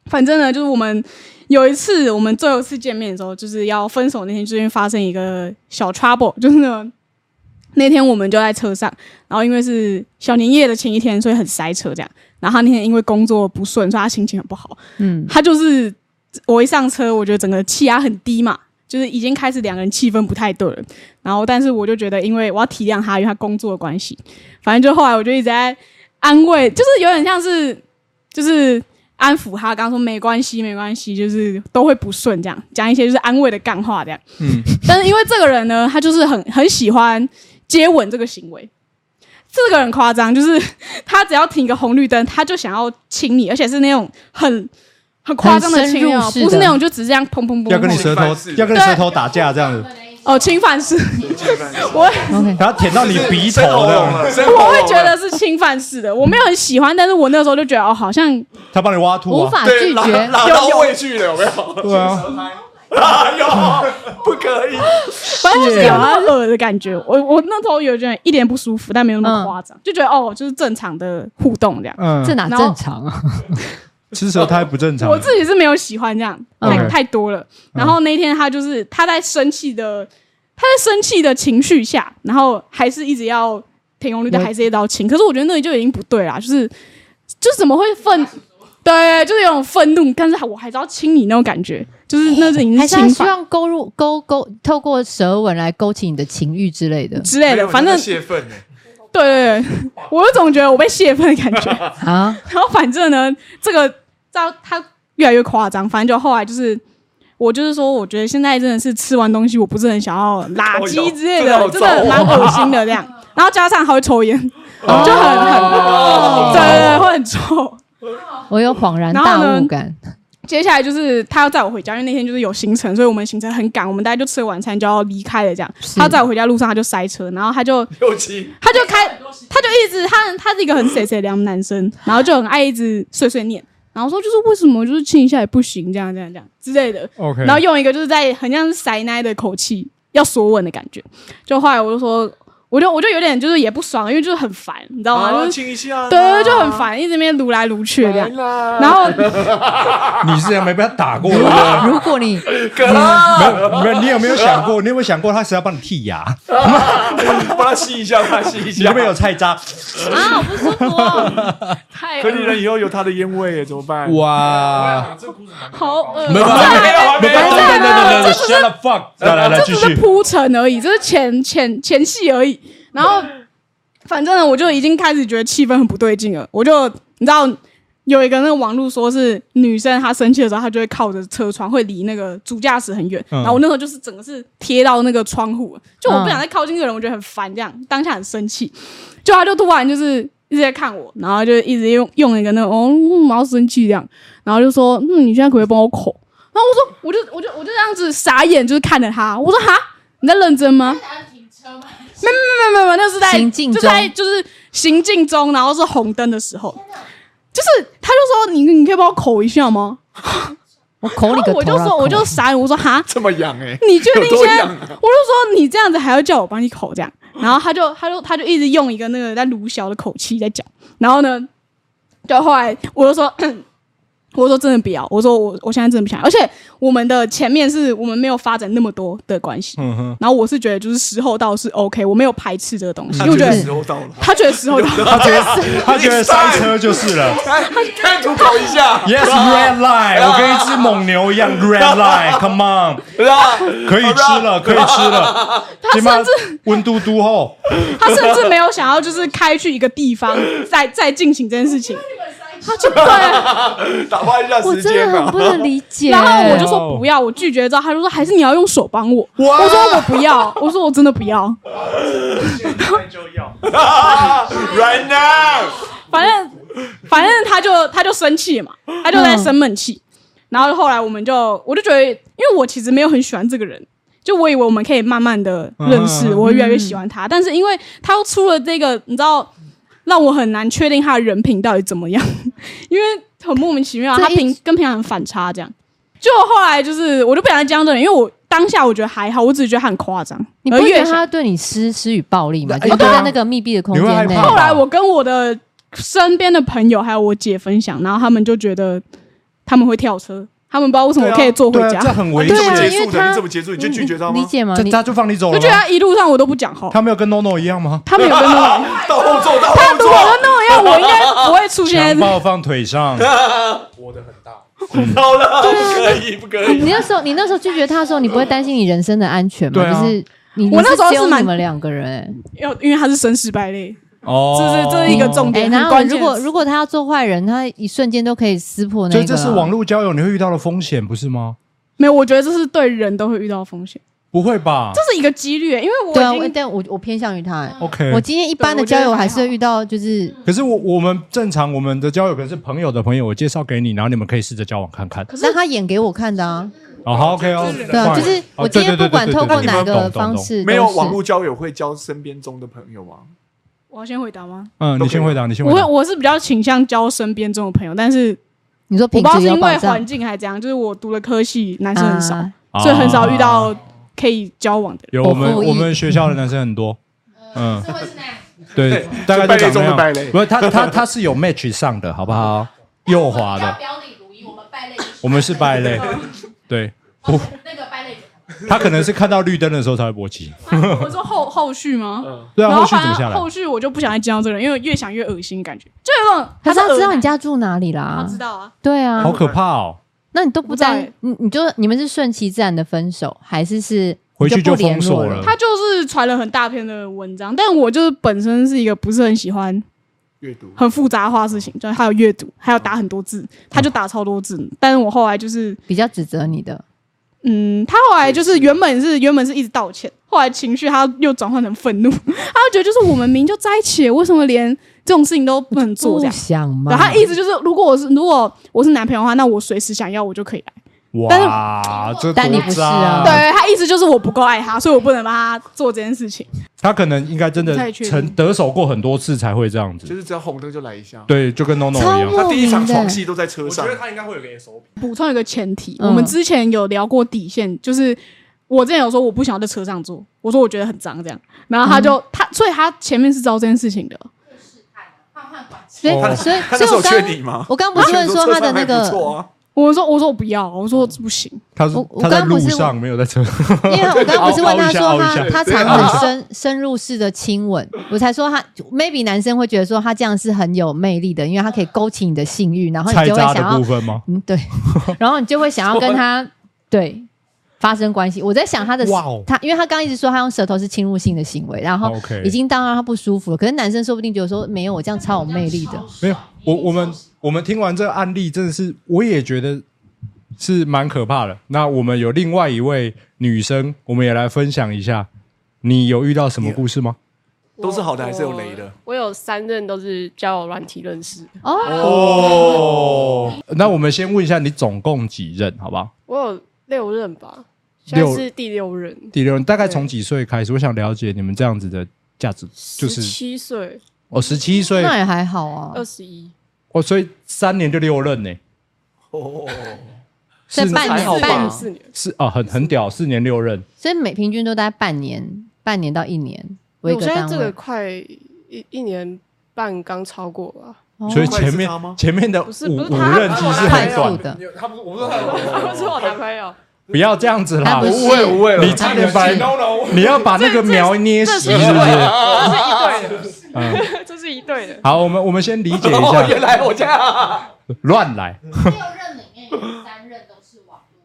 Speaker 7: 反正呢，就是我们有一次，我们最后一次见面的时候，就是要分手那天，就是因为发生一个小 trouble，就是呢，那天我们就在车上，然后因为是小年夜的前一天，所以很塞车这样。然后他那天因为工作不顺，所以他心情很不好。
Speaker 4: 嗯，
Speaker 7: 他就是我一上车，我觉得整个气压很低嘛，就是已经开始两个人气氛不太对了。然后，但是我就觉得，因为我要体谅他，因为他工作的关系，反正就后来我就一直在安慰，就是有点像是就是安抚他，刚刚说没关系，没关系，就是都会不顺这样，讲一些就是安慰的干话这样。
Speaker 5: 嗯，
Speaker 7: 但是因为这个人呢，他就是很很喜欢接吻这个行为。这个人夸张，就是他只要停一个红绿灯，他就想要亲你，而且是那种很很夸张的
Speaker 4: 很深
Speaker 7: 亲
Speaker 4: 入
Speaker 7: 哦，
Speaker 4: 式的
Speaker 7: 不是那种就只是这样砰砰砰
Speaker 5: 要跟你
Speaker 7: 砰
Speaker 5: 舌头
Speaker 3: 我们是
Speaker 5: 要跟你舌头打架这样子，
Speaker 7: 哦侵犯式，我
Speaker 4: 哦
Speaker 5: 然后舔到你鼻头
Speaker 3: 伸喉
Speaker 5: 这
Speaker 3: 咙
Speaker 5: 样，
Speaker 3: 了，伸喉咙
Speaker 7: 我
Speaker 3: 了
Speaker 7: 会觉得是侵犯式的，我没有很喜欢，但是我那时候就觉得哦，好像
Speaker 5: 他帮你挖吐
Speaker 4: 无
Speaker 5: 啊，
Speaker 4: 法
Speaker 3: 对
Speaker 4: 拒
Speaker 3: 拉
Speaker 4: 绝，
Speaker 3: 拉到位去了，有没有？
Speaker 5: 对啊，
Speaker 3: 啊，有 不可以？
Speaker 7: 反正就是有那种恶的感觉。我我那时候有点一点不舒服，但没有那么
Speaker 4: 嗯
Speaker 7: 夸张，就觉得哦，就是正常的互动这样。
Speaker 4: 这
Speaker 5: 嗯，
Speaker 4: 哪
Speaker 7: 然后
Speaker 4: 正常啊？
Speaker 5: 吃舌苔不正常
Speaker 7: 我，自己是没有喜欢这样，太、
Speaker 5: OK
Speaker 7: 太多
Speaker 3: 嗯
Speaker 7: 了。然后那一天他就是他在生气的，他在生气的情绪下，然后还是一直要停红绿灯，
Speaker 4: 有
Speaker 7: 还是一直要亲。可是我觉得那就已经不对啦，就是就是怎么会愤？对，就是有种愤怒，但是我还是要亲你那种感觉，就是那是已经
Speaker 4: 还
Speaker 7: 是
Speaker 4: 是他
Speaker 7: 侵
Speaker 4: 希
Speaker 7: 犯
Speaker 4: 望勾入勾勾，透过舌吻来勾起你的情欲之类的
Speaker 7: 之类
Speaker 3: 没
Speaker 7: 的，
Speaker 3: 有
Speaker 7: 反正
Speaker 3: 你是泄愤呢。
Speaker 7: 对对对，我就总觉得我被泄愤的感觉。
Speaker 4: 啊？
Speaker 7: 然后反正呢，这个到他越来越夸张，反正就后来就是。我就是说，我觉得现在真的是吃完东西，我不是很想要垃圾之类的哦
Speaker 3: 靠，腰
Speaker 7: 真
Speaker 3: 真的好
Speaker 7: 的
Speaker 3: 糟
Speaker 7: 蛮恶心的这样。然后加上还会抽烟，就很很，对对对，会很臭。
Speaker 4: 我有恍然
Speaker 7: 然后
Speaker 4: 大
Speaker 7: 呢
Speaker 4: 悟感，
Speaker 7: 接下来就是他要载我回家，因为那天就是有行程，所以我们行程很赶，我们大家就吃晚餐就要离开了这样。
Speaker 4: 是
Speaker 7: 他载我回家路上他就塞车，然后他就
Speaker 3: 六七，
Speaker 7: 他就开，他就一直他他是一个很谁谁凉的男生，然后就很爱一直碎碎念，然后说就是为什么就是亲一下也不行，这样这样这样之类的，
Speaker 5: OK，
Speaker 7: 然后用一个就是在很像是塞奶的口气要索吻的感觉，就后来我就说，我就我就有点就是也不爽，因为就是很烦，你知道吗？
Speaker 3: 啊
Speaker 7: 哦就是
Speaker 3: 亲一下，
Speaker 7: 对对，就很烦，一直在那边撸来撸去的这样，然后
Speaker 5: 你是没被他打 过
Speaker 4: 如
Speaker 5: 吗？
Speaker 4: 果如果你
Speaker 5: 没有没有，你有没有想过？你有没有想过他是要帮你剔牙？
Speaker 3: 帮他吸一下，帮他吸一
Speaker 5: 你
Speaker 3: 下。
Speaker 5: 有没有菜渣？
Speaker 4: 啊，好不舒服哦，
Speaker 7: 太
Speaker 3: 柯立人以后有他的烟味耶，怎么办？
Speaker 5: 哇！
Speaker 7: 好恶
Speaker 5: 没有没有没有没有没有没有没有没有，shut the fuck！来来来，
Speaker 7: 这
Speaker 5: 继
Speaker 7: 只是
Speaker 5: 续。
Speaker 7: 铺陈而已，这是前前前戏而已。然后，反正呢，我就已经开始觉得气氛很不对劲了。我就你知道，有一个那个网络说是女生她生气的时候，她就会靠着车窗，会离那个主驾驶很远。
Speaker 5: 嗯
Speaker 7: 然后我那时候就是整个是贴到那个窗户了，就我不
Speaker 4: 嗯
Speaker 7: 想再靠近这个人，我觉得很烦，这样当下很生气。就他就突然就是一直在看我，然后就一直用用一个那种哦，嗯我要生气这样，然后就说嗯，你现在可不可以帮我口？然后我说我就我就我就这样子傻眼，就是看着他，我说哈。你在认真吗？
Speaker 6: 他要停车吗？
Speaker 7: 没有没有没有，那是在
Speaker 4: 行进
Speaker 7: 就
Speaker 4: 中
Speaker 7: 在就是行进中，然后是红灯的时候，就是他就说你你可以帮我口一下吗？
Speaker 4: 我口
Speaker 7: 然
Speaker 4: 里
Speaker 7: 后
Speaker 4: 个
Speaker 7: 我
Speaker 4: 头
Speaker 7: 就
Speaker 4: 啦
Speaker 7: 说我就
Speaker 4: 口
Speaker 7: 傻眼，我说哈，
Speaker 3: 这么痒哎，
Speaker 7: 你确定
Speaker 3: 有多
Speaker 7: 现在？
Speaker 3: 痒啊
Speaker 7: 我就说你这样子还要叫我帮你口这样，然后他就他就他就一直用一个那个在卢小的口气在讲，然后呢，就后来我就说， 我说真的不要，我说我我现在真的不想要，而且我们的前面是我们没有发展那么多的关系，
Speaker 5: 嗯哼，
Speaker 7: 然后我是觉得就是时候到是 OK，我没有排斥这个东西，因为我
Speaker 3: 觉
Speaker 7: 觉
Speaker 3: 得
Speaker 7: 得
Speaker 3: 时候到了，
Speaker 7: 他觉得时候到，
Speaker 5: 他觉得塞车就是了。
Speaker 3: 看图考一下，
Speaker 5: Yes, red line，我跟一只蒙牛一样 red line，Come on，
Speaker 3: 对啊，
Speaker 5: 可以吃了，可以吃了。起码温度都后，
Speaker 7: 他甚至没有想要就是开去一个地方 再再进行这件事情， 他就对，啊
Speaker 3: 打发一下
Speaker 4: 我
Speaker 3: 时
Speaker 4: 真的
Speaker 3: 间
Speaker 4: 很
Speaker 3: 嘛
Speaker 4: 不。能理解。
Speaker 7: 然后
Speaker 4: 啊
Speaker 7: 我就说不要，我拒绝之后，他就说还是你要用手帮我，
Speaker 5: 哇
Speaker 7: 我说我不要，我说我真的不要，
Speaker 3: Right now，
Speaker 7: 反正反正他就他就生气嘛，他就在生闷气。然后后来我们就我就觉得，因为我其实没有很喜欢这个人，就我以为我们可以慢慢的认识，
Speaker 5: 嗯
Speaker 7: 我会越来越喜欢他。但是因为他又出了这个，你知道，让我很难确定他的人品到底怎么样， 因为很莫名其妙，
Speaker 4: 这
Speaker 7: 他
Speaker 4: 一
Speaker 7: 平跟平常很反差这样。就后来就是，我就不想再这样的人，因为我当下我觉得还好，我只是觉得他很夸张。
Speaker 4: 你
Speaker 7: 而
Speaker 4: 不
Speaker 7: 越
Speaker 4: 觉得
Speaker 7: 想
Speaker 4: 他对你施施予暴力吗？
Speaker 5: 哎
Speaker 4: 就是都在那个密闭的空
Speaker 5: 你会害
Speaker 4: 间内。
Speaker 5: 怕
Speaker 7: 后来我跟我的身边的朋友还有我姐分享，然后他们就觉得他们会跳车，他们不知道为什么我可以坐回
Speaker 5: 对
Speaker 7: 家，
Speaker 5: 啊，这很危
Speaker 3: 你怎么
Speaker 4: 对啊
Speaker 5: 险。
Speaker 3: 结
Speaker 4: 因为
Speaker 3: 束的？
Speaker 4: 他
Speaker 3: 你怎么结束？你就拒绝他
Speaker 4: 嗯理
Speaker 3: 吗？
Speaker 4: 解吗？
Speaker 5: 这
Speaker 4: 你
Speaker 5: 他就放你走
Speaker 7: 就
Speaker 5: 了
Speaker 7: 觉得
Speaker 5: 吗？
Speaker 7: 他一路上我都不讲话，
Speaker 5: 他没有跟 NONO 一样吗？
Speaker 7: 他们有跟我，
Speaker 3: 到后座，到
Speaker 7: 他
Speaker 3: 后
Speaker 7: 如果
Speaker 3: 座，
Speaker 7: 跟那样，我应该不会出现
Speaker 5: 强
Speaker 7: 在这。
Speaker 5: 暴放腿上，
Speaker 3: 到了，不可以，不可以。
Speaker 4: 你那时候你那时候拒绝他的时候，你不会担心你人身的安全吗？
Speaker 5: 对啊
Speaker 4: 就是你
Speaker 7: 我那时候
Speaker 4: 你只有
Speaker 7: 是蛮
Speaker 4: 你们两个人，欸
Speaker 7: 要因为他是绅士败类，
Speaker 5: 哦
Speaker 7: 这是这是一个重
Speaker 4: 哎，
Speaker 7: 点，
Speaker 4: 然
Speaker 7: 很
Speaker 4: 后
Speaker 7: 关键
Speaker 4: 如
Speaker 7: 的
Speaker 4: 果
Speaker 7: 事
Speaker 4: 如果他要做坏人，他一瞬间都可以撕破那
Speaker 5: 所
Speaker 4: 个
Speaker 5: 以
Speaker 4: 啊。
Speaker 5: 这是网络交友你会遇到的风险，不是吗？
Speaker 7: 没有，我觉得这是对人都会遇到的风险，
Speaker 5: 不会吧
Speaker 7: 这是一个几率，因为我
Speaker 4: 对啊，
Speaker 7: 已
Speaker 4: 我
Speaker 7: 经
Speaker 4: 但我我偏向于他。哎
Speaker 5: 哦？OK，
Speaker 4: 我今天一般的
Speaker 7: 对我觉
Speaker 4: 交
Speaker 7: 得
Speaker 4: 友还
Speaker 7: 还
Speaker 4: 是会
Speaker 7: 好
Speaker 4: 遇到，就是
Speaker 5: 可是我我们正常我们的交友可能是朋友的朋友，我介绍给你，然后你们可以试着交往看看。
Speaker 4: 让他演给我看的啊。
Speaker 5: 哦，好，OK 哦，
Speaker 4: 对啊，
Speaker 5: fine
Speaker 4: 就是我
Speaker 5: 哦
Speaker 4: 今天
Speaker 5: 对对对
Speaker 4: 不管
Speaker 5: 对
Speaker 4: 透
Speaker 5: 对
Speaker 4: 过
Speaker 5: 对
Speaker 4: 哪
Speaker 5: 对
Speaker 4: 个
Speaker 5: 懂懂
Speaker 4: 方
Speaker 5: 懂
Speaker 4: 式，
Speaker 3: 没有
Speaker 4: 都是
Speaker 3: 网络交友会交身边中的朋友吗？
Speaker 7: 我要先回答吗？
Speaker 5: 嗯，你先回答，你先
Speaker 7: 我
Speaker 5: 回
Speaker 7: 会
Speaker 5: 答。
Speaker 7: 我是比较倾向交身边这种朋友，但是
Speaker 4: 你说
Speaker 7: 我
Speaker 4: 品
Speaker 7: 不知道
Speaker 4: 质
Speaker 7: 是
Speaker 4: 有
Speaker 7: 因为
Speaker 4: 保障
Speaker 7: 环，境还是怎样，就是我读的科系男生很少，
Speaker 4: 啊
Speaker 7: 所以很少遇到可以交往的人。
Speaker 5: 有我们
Speaker 4: 我复议
Speaker 5: 我们学校的男生 很多，嗯，
Speaker 6: 社会是那样，
Speaker 5: 对，大概
Speaker 3: 败类
Speaker 5: 就
Speaker 3: 中
Speaker 5: 长
Speaker 3: 的
Speaker 5: 那
Speaker 3: 败
Speaker 5: 样。
Speaker 3: 类
Speaker 5: 不。是他他他是有 match 上的，好不好？右滑
Speaker 6: 要
Speaker 5: 的，
Speaker 6: 表里如一，我们败类就是
Speaker 5: 我们是败类，对
Speaker 6: 哦那个败类人，
Speaker 5: 他可能是看到绿灯的时候才会勃起。
Speaker 7: 我说后后续
Speaker 3: 嗯
Speaker 7: 吗？
Speaker 5: 对
Speaker 7: 然
Speaker 5: 啊，
Speaker 7: 后
Speaker 5: 后续
Speaker 7: 反
Speaker 5: 怎么下
Speaker 7: 正
Speaker 5: 来？
Speaker 7: 后续我就不想再见到这个人，因为越想越恶心，感觉就有种
Speaker 4: 可是他
Speaker 7: 恶
Speaker 4: 知道
Speaker 7: 男
Speaker 4: 你，家住哪里
Speaker 7: 他
Speaker 4: 啦
Speaker 7: 知？道啊，
Speaker 4: 对啊
Speaker 5: 好，可怕哦！
Speaker 4: 那你都不
Speaker 7: 我不知道
Speaker 4: 在
Speaker 7: 欸，
Speaker 4: 你你就你们是顺其自然的分手，还是是
Speaker 5: 回去
Speaker 4: 你
Speaker 5: 就
Speaker 4: 就不联
Speaker 5: 封锁
Speaker 4: 络
Speaker 5: 了？
Speaker 7: 他就是传了很大篇的文章，但我就是本身是一个不是很喜欢
Speaker 3: 阅读
Speaker 7: 很复杂化的事情，就是还有阅读，还有打很多字，他就打超多字，但是我后来就是
Speaker 4: 比较指责你的，
Speaker 7: 嗯，他后来就是原本是原本是一直道歉，后来情绪他又转换成愤怒，他 就觉得就是我们明明就在一起了，为什么连这种事情都不能做这
Speaker 4: 不
Speaker 7: 样？
Speaker 4: 想哦吗？
Speaker 7: 然后他意思就是，如果我是如果我是男朋友的话，那我随时想要我就可以来。但是
Speaker 5: 哇，这
Speaker 4: 但你
Speaker 5: 多
Speaker 4: 不是
Speaker 5: 渣
Speaker 4: 啊嗯
Speaker 7: 对他意思就是我不够爱他，所以我不能帮他做这件事情。
Speaker 5: 他可能应该真的
Speaker 7: 不太确定
Speaker 5: 曾得手过很多次才会这样
Speaker 3: 就
Speaker 5: 子。
Speaker 3: 是只要红灯就来一下。
Speaker 5: 对，就跟 NONO 一
Speaker 4: 超
Speaker 5: 样。
Speaker 3: 他
Speaker 4: 莫
Speaker 3: 第一场
Speaker 4: 名
Speaker 3: 床
Speaker 4: 的，
Speaker 3: 戏都在车
Speaker 1: 我
Speaker 3: 上
Speaker 1: 觉，得他应该会有个 SOP。
Speaker 7: 补充一个前提，
Speaker 4: 嗯
Speaker 7: 我们之前有聊过底线，就是我之前有说我不想要在车上坐，我说我觉得很脏这样，然后他
Speaker 4: 嗯
Speaker 7: 就、他，所以他前面是知道这件事情的，
Speaker 6: 换换管
Speaker 4: 所以
Speaker 5: 哦
Speaker 4: 所以
Speaker 3: 他那
Speaker 4: 所以
Speaker 3: 时候
Speaker 4: 我
Speaker 3: 劝你
Speaker 4: 刚
Speaker 3: 吗？
Speaker 4: 我刚不是问说他的那
Speaker 3: 他觉得车上还不错
Speaker 4: 个，
Speaker 3: 啊
Speaker 7: 我说我说我不要，我说不行。
Speaker 4: 嗯
Speaker 5: 他是
Speaker 4: 我我
Speaker 5: 他在
Speaker 4: 刚刚
Speaker 5: 路
Speaker 4: 不是
Speaker 5: 上没有 在车，
Speaker 4: 因为我刚刚不是问他说
Speaker 5: 凹 一下凹一
Speaker 4: 他他
Speaker 5: 下
Speaker 4: 常很深 深入式的亲吻，我才说他 maybe 男生会觉得说他这样是很有魅力的，因为他可以勾起你的性欲，然后你
Speaker 5: 菜
Speaker 4: 就会
Speaker 5: 渣
Speaker 4: 想
Speaker 5: 的
Speaker 4: 要
Speaker 5: 部分吗？
Speaker 4: 嗯， 对，然后你就会想要跟他对发生关系。我在想他的
Speaker 5: 哇哦
Speaker 4: 他，因为他刚刚一直说他用舌头是侵入性的行为，然后
Speaker 5: OK
Speaker 4: 已经当然他不舒服了。可是男生说不定觉得说没有我这样超有魅力的，
Speaker 5: 没有，我我们我们听完这个案例，真的是我也觉得是蛮可怕的。那我们有另外一位女生，我们也来分享一下，你有遇到什么故事吗？
Speaker 3: 都是好的还是有雷的？
Speaker 2: 我有三任都是交友软体认识的，
Speaker 5: 哦，那我们先问一下，你总共几任，好不好？
Speaker 2: 我有六任吧，现在
Speaker 5: 六
Speaker 2: 是第六任，
Speaker 5: 第六任，大概从几岁开始？我想了解你们这样子的价值，就
Speaker 2: 十
Speaker 5: 是
Speaker 2: 七岁，
Speaker 5: 哦，十七岁
Speaker 4: 那也还好啊
Speaker 2: 二。十一，
Speaker 5: 哦，所以三年就六任呢、
Speaker 3: 哦，
Speaker 4: 所以
Speaker 5: 是
Speaker 4: 半
Speaker 3: 还
Speaker 4: 年
Speaker 3: 好吧
Speaker 4: 半，
Speaker 2: 四年，
Speaker 5: 是啊，很很屌，四年六任。
Speaker 4: 所以每平均都大概半年，半年到一年为一
Speaker 2: 我
Speaker 4: 个
Speaker 2: 现在
Speaker 4: 单
Speaker 2: 这个
Speaker 4: 位。
Speaker 2: 快一一年半刚超过吧，
Speaker 5: 所以
Speaker 3: 快
Speaker 5: 前
Speaker 3: 是
Speaker 5: 面
Speaker 3: 他吗
Speaker 5: 前面的五
Speaker 7: 不是不是
Speaker 5: 五
Speaker 7: 他
Speaker 2: 哦
Speaker 5: 任期是
Speaker 4: 哦快
Speaker 5: 很
Speaker 4: 速
Speaker 5: 短，
Speaker 4: 的，
Speaker 3: 他不是，我不是他的，
Speaker 2: 他不是 我男朋友，
Speaker 5: 不要这样子
Speaker 4: 他
Speaker 5: 啦
Speaker 4: 哎不！
Speaker 1: 误会误
Speaker 4: 是，
Speaker 1: 会了，
Speaker 5: 你差点把
Speaker 3: no no，
Speaker 5: 你要把那个苗捏
Speaker 7: 这
Speaker 5: 死，
Speaker 7: 是
Speaker 5: 是不是？
Speaker 3: 啊
Speaker 2: 这是一
Speaker 5: 嗯，
Speaker 2: 对的， 这是 一对的。
Speaker 5: 好，我们我们先理解一
Speaker 3: 哦，原
Speaker 5: 下，
Speaker 3: 来我这样，
Speaker 5: 乱来。
Speaker 6: 六任里面有三任都是网络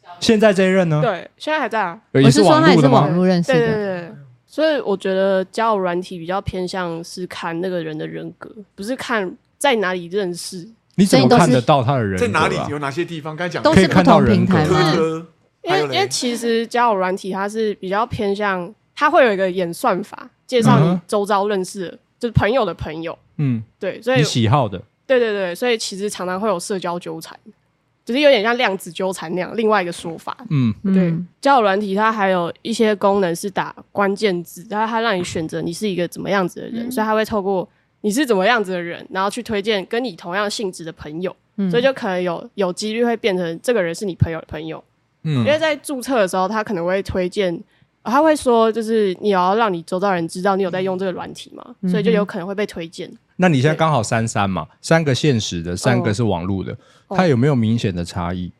Speaker 6: 交友，
Speaker 5: 现在这一任呢，
Speaker 2: 对，现在还在啊。
Speaker 5: 也
Speaker 4: 我是说
Speaker 5: 网
Speaker 4: 他也
Speaker 5: 路
Speaker 4: 是
Speaker 5: 的
Speaker 4: 网
Speaker 5: 吗？
Speaker 4: 络认识
Speaker 2: 对对
Speaker 4: 的，
Speaker 2: 对，所以我觉得交友软体比较偏向是看那个人的人格，不是看在哪里认识。
Speaker 5: 你怎
Speaker 4: 所
Speaker 5: 么
Speaker 4: 以都是
Speaker 5: 看得到他的人？啊
Speaker 3: 在哪里？啊有哪些地方？刚才讲
Speaker 4: 都
Speaker 5: 可以
Speaker 4: 是不啊
Speaker 5: 看到
Speaker 4: 同
Speaker 5: 人
Speaker 4: 平
Speaker 5: 格
Speaker 4: 台
Speaker 3: 科
Speaker 4: 吗？
Speaker 3: 科，
Speaker 2: 因
Speaker 3: 还
Speaker 2: 为
Speaker 3: 有
Speaker 2: 嗯因
Speaker 3: 嘞
Speaker 2: 为其实交友软体它是比较偏向，它会有一个演算法介绍
Speaker 5: 嗯
Speaker 2: 你
Speaker 5: 哼
Speaker 2: 周遭认识的，就是朋友的朋友。
Speaker 5: 嗯，
Speaker 2: 对，所以
Speaker 5: 你喜好的。
Speaker 2: 对对对，所以其实常常会有社交纠缠，只是有点像量子纠缠那样另外一个说法。
Speaker 5: 嗯，
Speaker 2: 对
Speaker 4: 嗯，，
Speaker 2: 交友软体它还有一些功能是打关键字，它它让你选择你是一个怎么样子的人，所以它会透过你是怎么样子的人，然后去推荐跟你同样性质的朋友，
Speaker 4: 嗯
Speaker 2: 所以就可能有有几率会变成这个人是你朋友的朋友，
Speaker 5: 嗯
Speaker 2: 因为在注册的时候，他可能会推荐，呃他会说就是你要让你周遭人知道你有在用这个软体嘛，所以就有可能会被推荐。
Speaker 5: 那你现在刚好三三嘛，三个现实的，三个是网络的，
Speaker 2: 哦
Speaker 5: 它有没有明显的差异？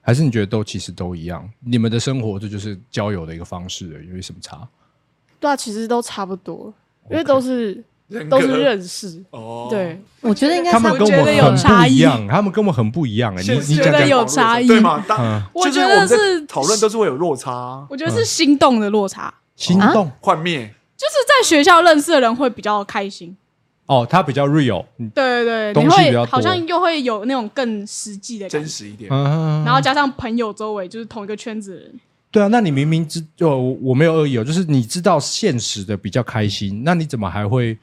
Speaker 5: 还是你觉得都其实都一样？你们的生活这就是交友的一个方式而已，有什么差？
Speaker 2: 对啊，其实都差不多，因为都是
Speaker 3: 人格
Speaker 2: 都是认识，
Speaker 3: 哦，
Speaker 2: 对，
Speaker 4: 我觉得应该
Speaker 5: 他
Speaker 4: 差
Speaker 5: 们
Speaker 4: 不多
Speaker 5: 跟我
Speaker 7: 我觉得有
Speaker 5: 很不
Speaker 7: 差
Speaker 5: 一
Speaker 7: 异
Speaker 5: 样，他们跟我很不一样哎、
Speaker 3: 现
Speaker 5: 你
Speaker 3: 实
Speaker 5: 你
Speaker 7: 觉
Speaker 5: 讲
Speaker 7: 得
Speaker 5: 讲
Speaker 7: 有差异
Speaker 3: 对吗？
Speaker 5: 嗯
Speaker 3: 当
Speaker 7: 我
Speaker 3: 就是
Speaker 7: 觉得
Speaker 3: 们在
Speaker 7: 是
Speaker 3: 讨论都是会有落差啊，
Speaker 7: 我觉得是心动的落差，
Speaker 5: 心动
Speaker 7: 啊
Speaker 3: 幻灭，
Speaker 7: 就是在学校认识的人会比较开心。
Speaker 5: 哦，他比较 real，嗯
Speaker 7: 对对对，
Speaker 5: 东
Speaker 7: 你
Speaker 5: 西比较
Speaker 7: 会
Speaker 5: 多
Speaker 7: 好像又会有那种更实际的感
Speaker 3: 真
Speaker 7: 觉，
Speaker 3: 实一点，
Speaker 5: 嗯，
Speaker 7: 然后加上朋友周围就是同一个圈子的人，
Speaker 5: 对啊，那你明明知就我我没有恶意哦，就是你知道现实的比较开心，那你怎么还会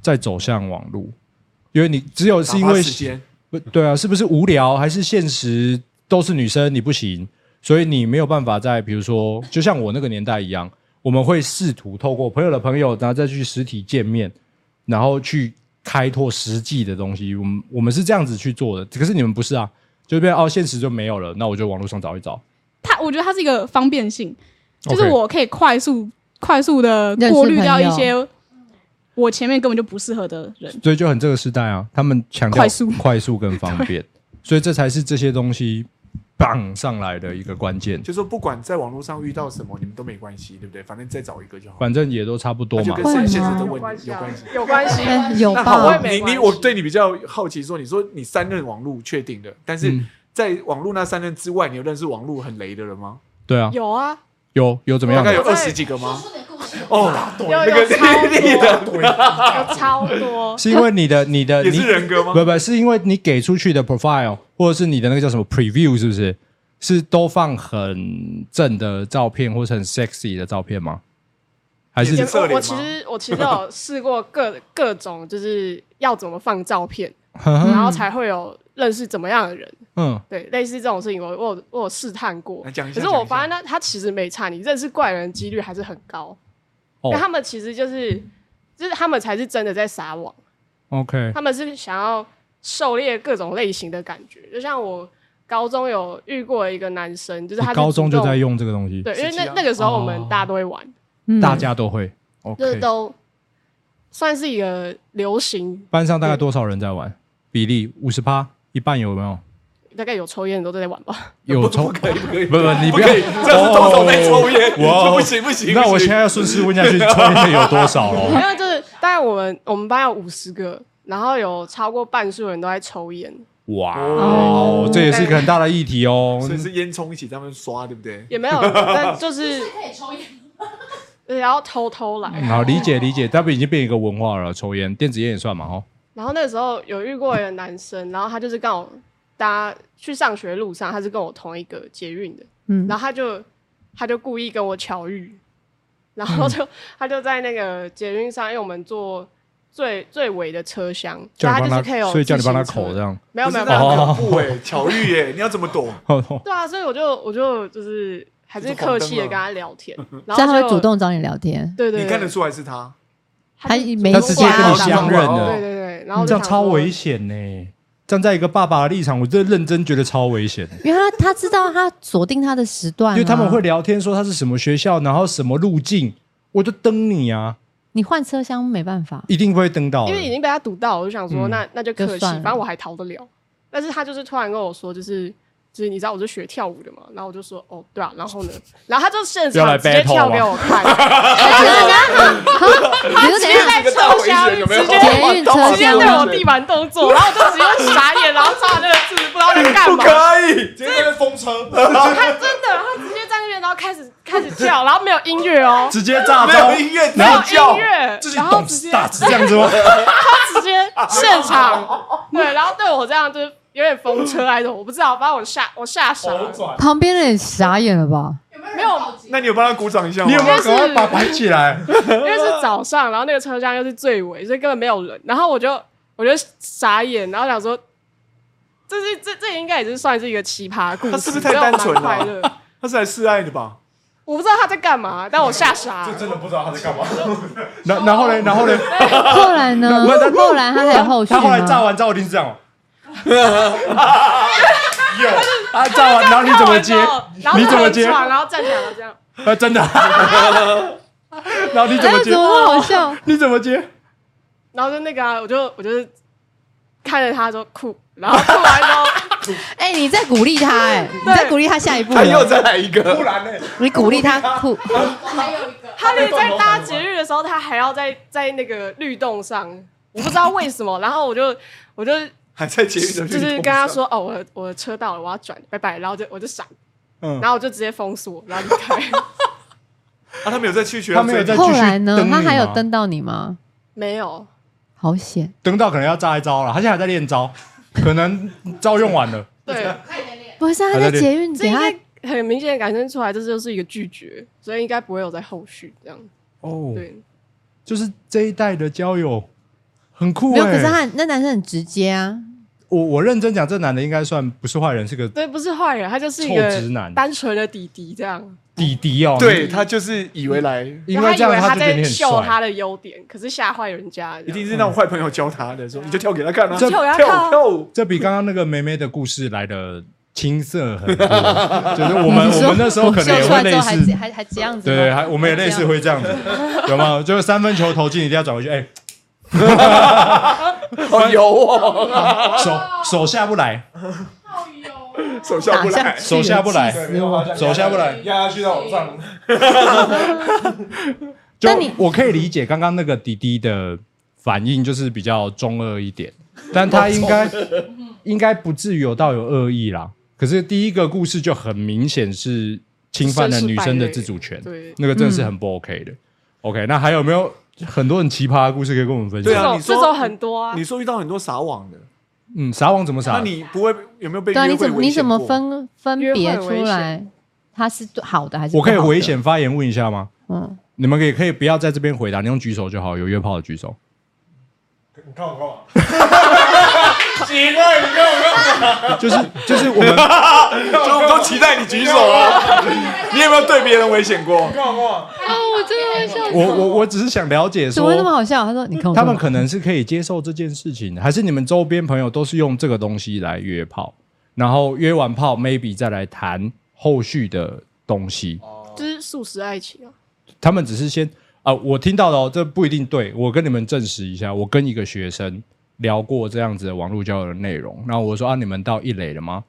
Speaker 5: 再走向网络？因为你只有是因
Speaker 3: 打发
Speaker 5: 为
Speaker 3: 时间
Speaker 5: 不对啊，是不是无聊还是现实都是女生你不行，所以你没有办法在比如说，就像我那个年代一样，我们会试图透过朋友的朋友，然后再去实体见面，然后去开拓实际的东西。我们我们是这样子去做的，可是你们不是啊，就变成哦现实就没有了，那我就网络上找一找。
Speaker 7: 它我觉得它是一个方便性，就
Speaker 5: OK
Speaker 7: 是我可以快速快速的过滤掉一些我前面根本就不适合的人。
Speaker 5: 所以就很这个时代啊，他们强调
Speaker 7: 快速
Speaker 5: 快速跟方便，所以这才是这些东西绑上来的一个关键。
Speaker 3: 就说不管在网络上遇到什么，你们都没关系，对不对？反正再找一个就好，
Speaker 5: 反正也都差不多
Speaker 3: 那就
Speaker 5: 嘛
Speaker 3: 跟。
Speaker 4: 会
Speaker 3: 现
Speaker 4: 吗
Speaker 3: 现实的
Speaker 2: 有
Speaker 3: 问
Speaker 2: 关
Speaker 3: 题
Speaker 2: 系
Speaker 3: 有
Speaker 2: 啊
Speaker 3: 关系。，
Speaker 2: 有关系。
Speaker 4: 哎有
Speaker 3: 那
Speaker 2: 好我
Speaker 3: 好
Speaker 2: 也
Speaker 4: 吧？
Speaker 2: 没
Speaker 3: 你你
Speaker 2: 关系
Speaker 3: 啊我对你比较好奇说，你说你三任网路确定的，但是
Speaker 5: 嗯
Speaker 3: 在网路那三任之外，你有认识网路很雷的人吗？
Speaker 5: 对啊，
Speaker 2: 有啊，
Speaker 5: 有有怎么
Speaker 3: 大
Speaker 5: 样
Speaker 3: 概
Speaker 5: 的？
Speaker 3: 有二十几个
Speaker 6: 说
Speaker 3: 吗？
Speaker 6: 出你的故事，
Speaker 3: 哦，
Speaker 2: 有
Speaker 3: 那个
Speaker 2: 有 超
Speaker 3: 丽丽的
Speaker 2: 多，有超 多。
Speaker 5: 是因为你的你的
Speaker 3: 也
Speaker 5: 你
Speaker 3: 是人格吗？
Speaker 5: 不不是因为你给出去的 profile 或者是你的那个叫什么 preview 是不是？是都放很正的照片或是很 sexy 的照片吗？还是
Speaker 3: 也是
Speaker 2: 我
Speaker 3: 脸吗
Speaker 2: 我其实我其实有试过各 各种，就是要怎么放照片，
Speaker 5: 嗯
Speaker 2: 然后才会有认识怎么样的人。
Speaker 5: 嗯
Speaker 2: 对，类似这种事情，我我有我有试探过
Speaker 3: 来。讲一下
Speaker 2: 可是我发现那他其实没差，你认识怪人的几率还是很高。
Speaker 5: 哦
Speaker 2: 那他们其实就是就是他们才是真的在撒网，
Speaker 5: OK
Speaker 2: 他们是想要狩猎各种类型的感觉。就像我高中有遇过一个男生，就是
Speaker 5: 你
Speaker 2: 他是
Speaker 5: 高中
Speaker 2: 主
Speaker 5: 就
Speaker 2: 动
Speaker 5: 在用这个东西，
Speaker 2: 对，因为
Speaker 3: 时期
Speaker 2: 那
Speaker 3: 啊
Speaker 2: 那个时候我
Speaker 5: 哦
Speaker 2: 们大家都会玩，
Speaker 4: 嗯
Speaker 5: 大家都会
Speaker 2: 就是
Speaker 5: OK。
Speaker 2: 都算是一个流行，
Speaker 5: 班上大概多少人在玩？比例五十趴，一半有没有？
Speaker 2: 大概有抽烟的都在玩吧。
Speaker 5: 有抽
Speaker 3: 不可以，不可以，
Speaker 5: 不不你不
Speaker 3: 不
Speaker 5: 要
Speaker 3: 可以，这是动手在抽烟，
Speaker 5: 哇哦
Speaker 3: 这不行不行。
Speaker 5: 那
Speaker 3: 不
Speaker 5: 我
Speaker 3: 行
Speaker 5: 现在要顺势 问下去，抽烟的有多少哦
Speaker 2: 没
Speaker 5: 喽？
Speaker 2: 有，就是大概我们我们班有五十个，然后有超过半数人都在抽烟，
Speaker 5: 哇哦，这也是一个很大的议题 哦。
Speaker 3: 所以是烟囱一起在那边刷，对不对？
Speaker 2: 也没有，但就是
Speaker 6: 是可以抽烟的，
Speaker 2: 然后偷偷
Speaker 5: 嗯
Speaker 2: 来。
Speaker 5: 好，理解理解，他们已经变一个文化了，抽烟、电子烟也算嘛，哦。
Speaker 2: 然后那时候有遇过一个男生，然后他就是刚好搭去上学路上，他是跟我同一个捷运的，
Speaker 4: 嗯
Speaker 2: 然后他就他就故意跟我巧遇，然后
Speaker 5: 嗯
Speaker 2: 就、 他就在那个捷运上，因为我们坐最最尾的车厢，
Speaker 5: 叫
Speaker 2: 然
Speaker 5: 你
Speaker 2: 后
Speaker 5: 帮
Speaker 2: 就是可以有
Speaker 5: 所以叫你帮他
Speaker 2: 自行车
Speaker 5: 口这，样。
Speaker 2: 没有
Speaker 3: 不
Speaker 2: 没
Speaker 3: 是
Speaker 2: 有没
Speaker 3: 那
Speaker 2: 有，
Speaker 5: 哦
Speaker 3: 很恐怖哎，巧遇耶，你要怎么躲？
Speaker 2: 对啊，所以我就我就就是还是客气的跟他聊天，
Speaker 4: 嗯
Speaker 2: 然
Speaker 4: 这样
Speaker 2: 后
Speaker 4: 他
Speaker 2: 就
Speaker 4: 会主，动找你聊天，
Speaker 2: 对对对，
Speaker 3: 你看得出来是他，
Speaker 4: 他
Speaker 2: 就
Speaker 4: 没
Speaker 5: 他直接跟你相认
Speaker 3: 哇哦
Speaker 2: 对
Speaker 5: 了，
Speaker 2: 对对，然后我
Speaker 5: 啊嗯这
Speaker 2: 就
Speaker 5: 样
Speaker 2: 想
Speaker 5: 超
Speaker 2: 说
Speaker 5: 危险呢。站在一个爸爸的立场，我真的认真觉得超危
Speaker 2: 嗯
Speaker 5: 险，
Speaker 4: 因为他他知道他锁定他的时段啊，
Speaker 5: 因为他们会聊天说他是什么学校，然后什么路径，我就登你啊。
Speaker 4: 你换车厢没办法，
Speaker 5: 一定不会登到的，
Speaker 2: 因为已经被他堵到，我就想说，
Speaker 5: 哦嗯
Speaker 2: 那那就可
Speaker 4: 就
Speaker 2: 惜，
Speaker 4: 算了
Speaker 2: 反正我还逃得了。但是他就是突然跟我说，就是就是你知道我是学跳舞的嘛，然后我就说哦对啊，然后 呢，然后他就现
Speaker 5: 要来
Speaker 2: 场直接
Speaker 5: battle 啊
Speaker 2: 跳
Speaker 5: 吗
Speaker 2: 给 我看，
Speaker 4: 你说怎样？
Speaker 2: 在抽虾
Speaker 3: 有没有
Speaker 2: 直接
Speaker 4: 捷运
Speaker 5: 啊
Speaker 4: 车
Speaker 2: 直接对我
Speaker 4: 厢
Speaker 2: 地板动作，然后我就直接傻眼，然后照那个字不知道在干
Speaker 1: 不
Speaker 2: 嘛，
Speaker 1: 可以，
Speaker 3: 直接在那边风车，
Speaker 2: 他真的，然后直接在那边，然后开始开始跳，然后没有音乐哦，
Speaker 5: 直接 炸
Speaker 3: 没
Speaker 5: 招
Speaker 3: 有，音乐，
Speaker 2: 没有音
Speaker 3: 乐，
Speaker 2: 乐
Speaker 3: 自，己
Speaker 2: 然后
Speaker 3: 懂
Speaker 2: 直接
Speaker 3: 大
Speaker 5: 是这样子 吗？
Speaker 2: 直接现场，对，然后对我这样就是有点风车来的，我不知道，把我吓我吓傻了
Speaker 3: 好。转。
Speaker 4: 旁边的人傻眼了吧？
Speaker 2: 没有，
Speaker 3: 那你有帮他鼓掌一下吗？
Speaker 5: 你有没有赶快
Speaker 2: 是
Speaker 5: 把摆起 来？
Speaker 2: 因为是早上，然后那个车厢又是最尾，所以根本没有人。然后我就我就傻眼，然后想说，这是这这应该也是算是一个奇葩故事，
Speaker 3: 他是不是太单纯了
Speaker 2: 所以我蛮快乐，
Speaker 3: 他是来示爱的吧？
Speaker 2: 我不知道他在干嘛，但我吓傻了。
Speaker 3: 真的不知道他在干嘛。
Speaker 5: 然然后嘞，然后嘞，
Speaker 4: 后来 呢？后来他还有后续
Speaker 2: 啊
Speaker 5: 他后来炸
Speaker 4: 吗？
Speaker 5: 完之后，一定是这样哦。 有，他炸完，然后你怎么接？
Speaker 2: 然后
Speaker 5: 你怎么接
Speaker 2: 他很爽然后站起来了这样，
Speaker 5: 啊，真的。 然后你怎
Speaker 4: 哎
Speaker 5: 么
Speaker 4: 呀，
Speaker 5: 接
Speaker 4: 怎？么会好笑？
Speaker 5: 你怎么接？
Speaker 2: 然后就那个啊，我就我就是看着他说酷，然后酷完之后，
Speaker 4: 哎，你在鼓励他，哎，你在鼓励他下一步
Speaker 3: 他 又
Speaker 4: 了，
Speaker 3: 再来一个，
Speaker 5: 不然呢？
Speaker 4: 你鼓励他酷。
Speaker 6: 我还有一个，
Speaker 2: 他连在搭节日的时候，他还要在在那个律动上，我不知道为什么。然后我就我就
Speaker 3: 还在节育的
Speaker 2: 就是跟他说哦，我的我的车到了，我要转，拜拜。然后就我就闪，
Speaker 5: 嗯
Speaker 2: 然后我就直接封锁，然后 离开。
Speaker 3: 啊，他没有再去学，
Speaker 5: 他没有再继续
Speaker 4: 后来呢
Speaker 5: 蹬？你
Speaker 4: 他
Speaker 5: 吗
Speaker 4: 还有登到你吗？
Speaker 2: 没有，
Speaker 4: 好险！
Speaker 5: 登到，可能要炸一招了。他现在还在练招，可能招用完了。
Speaker 2: 对，
Speaker 6: 快点练，
Speaker 4: 不是他
Speaker 5: 还在
Speaker 4: 在
Speaker 5: 练
Speaker 4: 捷运
Speaker 2: 这
Speaker 4: 等
Speaker 2: 应
Speaker 4: 下
Speaker 2: 该很明显地感受出来，这就是一个拒绝，所以应该不会有在后续这样。
Speaker 5: 哦，
Speaker 2: 对，
Speaker 5: 就是这一代的交友很酷
Speaker 4: 没有，可是
Speaker 5: 哎。
Speaker 4: 他那男生很直接啊，
Speaker 5: 我我认真讲，这男的应该算不是坏人，是个
Speaker 2: 对，不是坏人，他就是一
Speaker 5: 臭直
Speaker 2: 个
Speaker 5: 男
Speaker 2: 单纯的弟弟这样。
Speaker 5: 弟弟哦。嗯
Speaker 3: 对，他就是以为来，
Speaker 5: 因为这
Speaker 2: 然后
Speaker 5: 样
Speaker 2: 他以为
Speaker 5: 就觉得
Speaker 2: 在
Speaker 5: 你很
Speaker 2: 秀他
Speaker 5: 帅。
Speaker 2: 的优点，可是吓坏人家这样。
Speaker 3: 一定是那种坏朋友教他的，说你就跳给他看啊，
Speaker 5: 这
Speaker 3: 跳
Speaker 2: 跳给他看
Speaker 3: 跳
Speaker 2: 啊
Speaker 3: 跳舞，
Speaker 5: 这比刚刚那个梅梅的故事来的青涩很多，就是我 们
Speaker 4: 你
Speaker 5: 我
Speaker 4: 说
Speaker 5: 们那时候可能也
Speaker 4: 秀出
Speaker 5: 会
Speaker 4: 来之
Speaker 5: 类
Speaker 4: 后还
Speaker 5: 似，
Speaker 4: 还还这样子吗，
Speaker 5: 对对，还我们也类似会这样子，有没有？就是三分球投进一定要转回去，哎，
Speaker 3: 哦，有哦，
Speaker 5: 手手下不来，
Speaker 6: 好油，
Speaker 3: 手
Speaker 4: 这
Speaker 3: 下
Speaker 4: 样
Speaker 3: 不
Speaker 4: 打下
Speaker 3: 来
Speaker 4: 去，，
Speaker 5: 手下不来
Speaker 4: 气死我。
Speaker 5: 手下不来。
Speaker 3: 压下去到往上，
Speaker 5: 就
Speaker 4: 那你
Speaker 5: 我可以理解刚刚那个弟弟的反应，就是比较中二一点，但他应该 应该不至于有到有恶意啦。可是第一个故事就很明显是侵犯了女生的自主权，
Speaker 2: 对，
Speaker 5: 那个真的是很不 OK 的。OK，那还有没有很多很奇葩的故事可以跟我们分享？
Speaker 3: 对
Speaker 2: 这
Speaker 3: 啊
Speaker 2: 种
Speaker 3: 你说
Speaker 2: 这种很多啊
Speaker 3: 你。说遇到很多撒网的，
Speaker 5: 嗯，撒网怎么撒？
Speaker 3: 那你不会有没有被
Speaker 4: 对啊，
Speaker 3: 约
Speaker 4: 你
Speaker 3: 会
Speaker 4: 怎么
Speaker 3: 危
Speaker 4: 你
Speaker 3: 险
Speaker 4: 怎么
Speaker 3: 过？
Speaker 4: 分分
Speaker 2: 约会
Speaker 4: 别
Speaker 2: 很
Speaker 4: 出
Speaker 2: 危险
Speaker 4: 来他是好的还是？
Speaker 5: 我可以危，
Speaker 3: 啊
Speaker 5: 险发言问一下吗？
Speaker 4: 嗯，
Speaker 5: 你们也可以不要在这边回答，你用举手就好。有约炮的 举手。
Speaker 3: 你看我干嘛？行啊，你看我干嘛？
Speaker 5: 就是就是我们
Speaker 3: 就我们 都期待你举手啊！你有没有对别人危险过？
Speaker 4: 哦我真的会笑
Speaker 5: 我我我只是想了解
Speaker 4: 怎
Speaker 5: 说
Speaker 4: 么会那么好笑？他说：“你看我，
Speaker 5: 他们可能是可以接受这件事情的，还是你们周边朋友都是用这个东西来约炮，然后约完炮，maybe 再来谈后续的东西。
Speaker 2: 就是素食爱情啊，
Speaker 5: 他们只是先啊、我听到的哦，这不一定对，我跟你们证实一下，我跟一个学生聊过这样子的网络交友的内容，然后我说啊，你们到一垒了吗？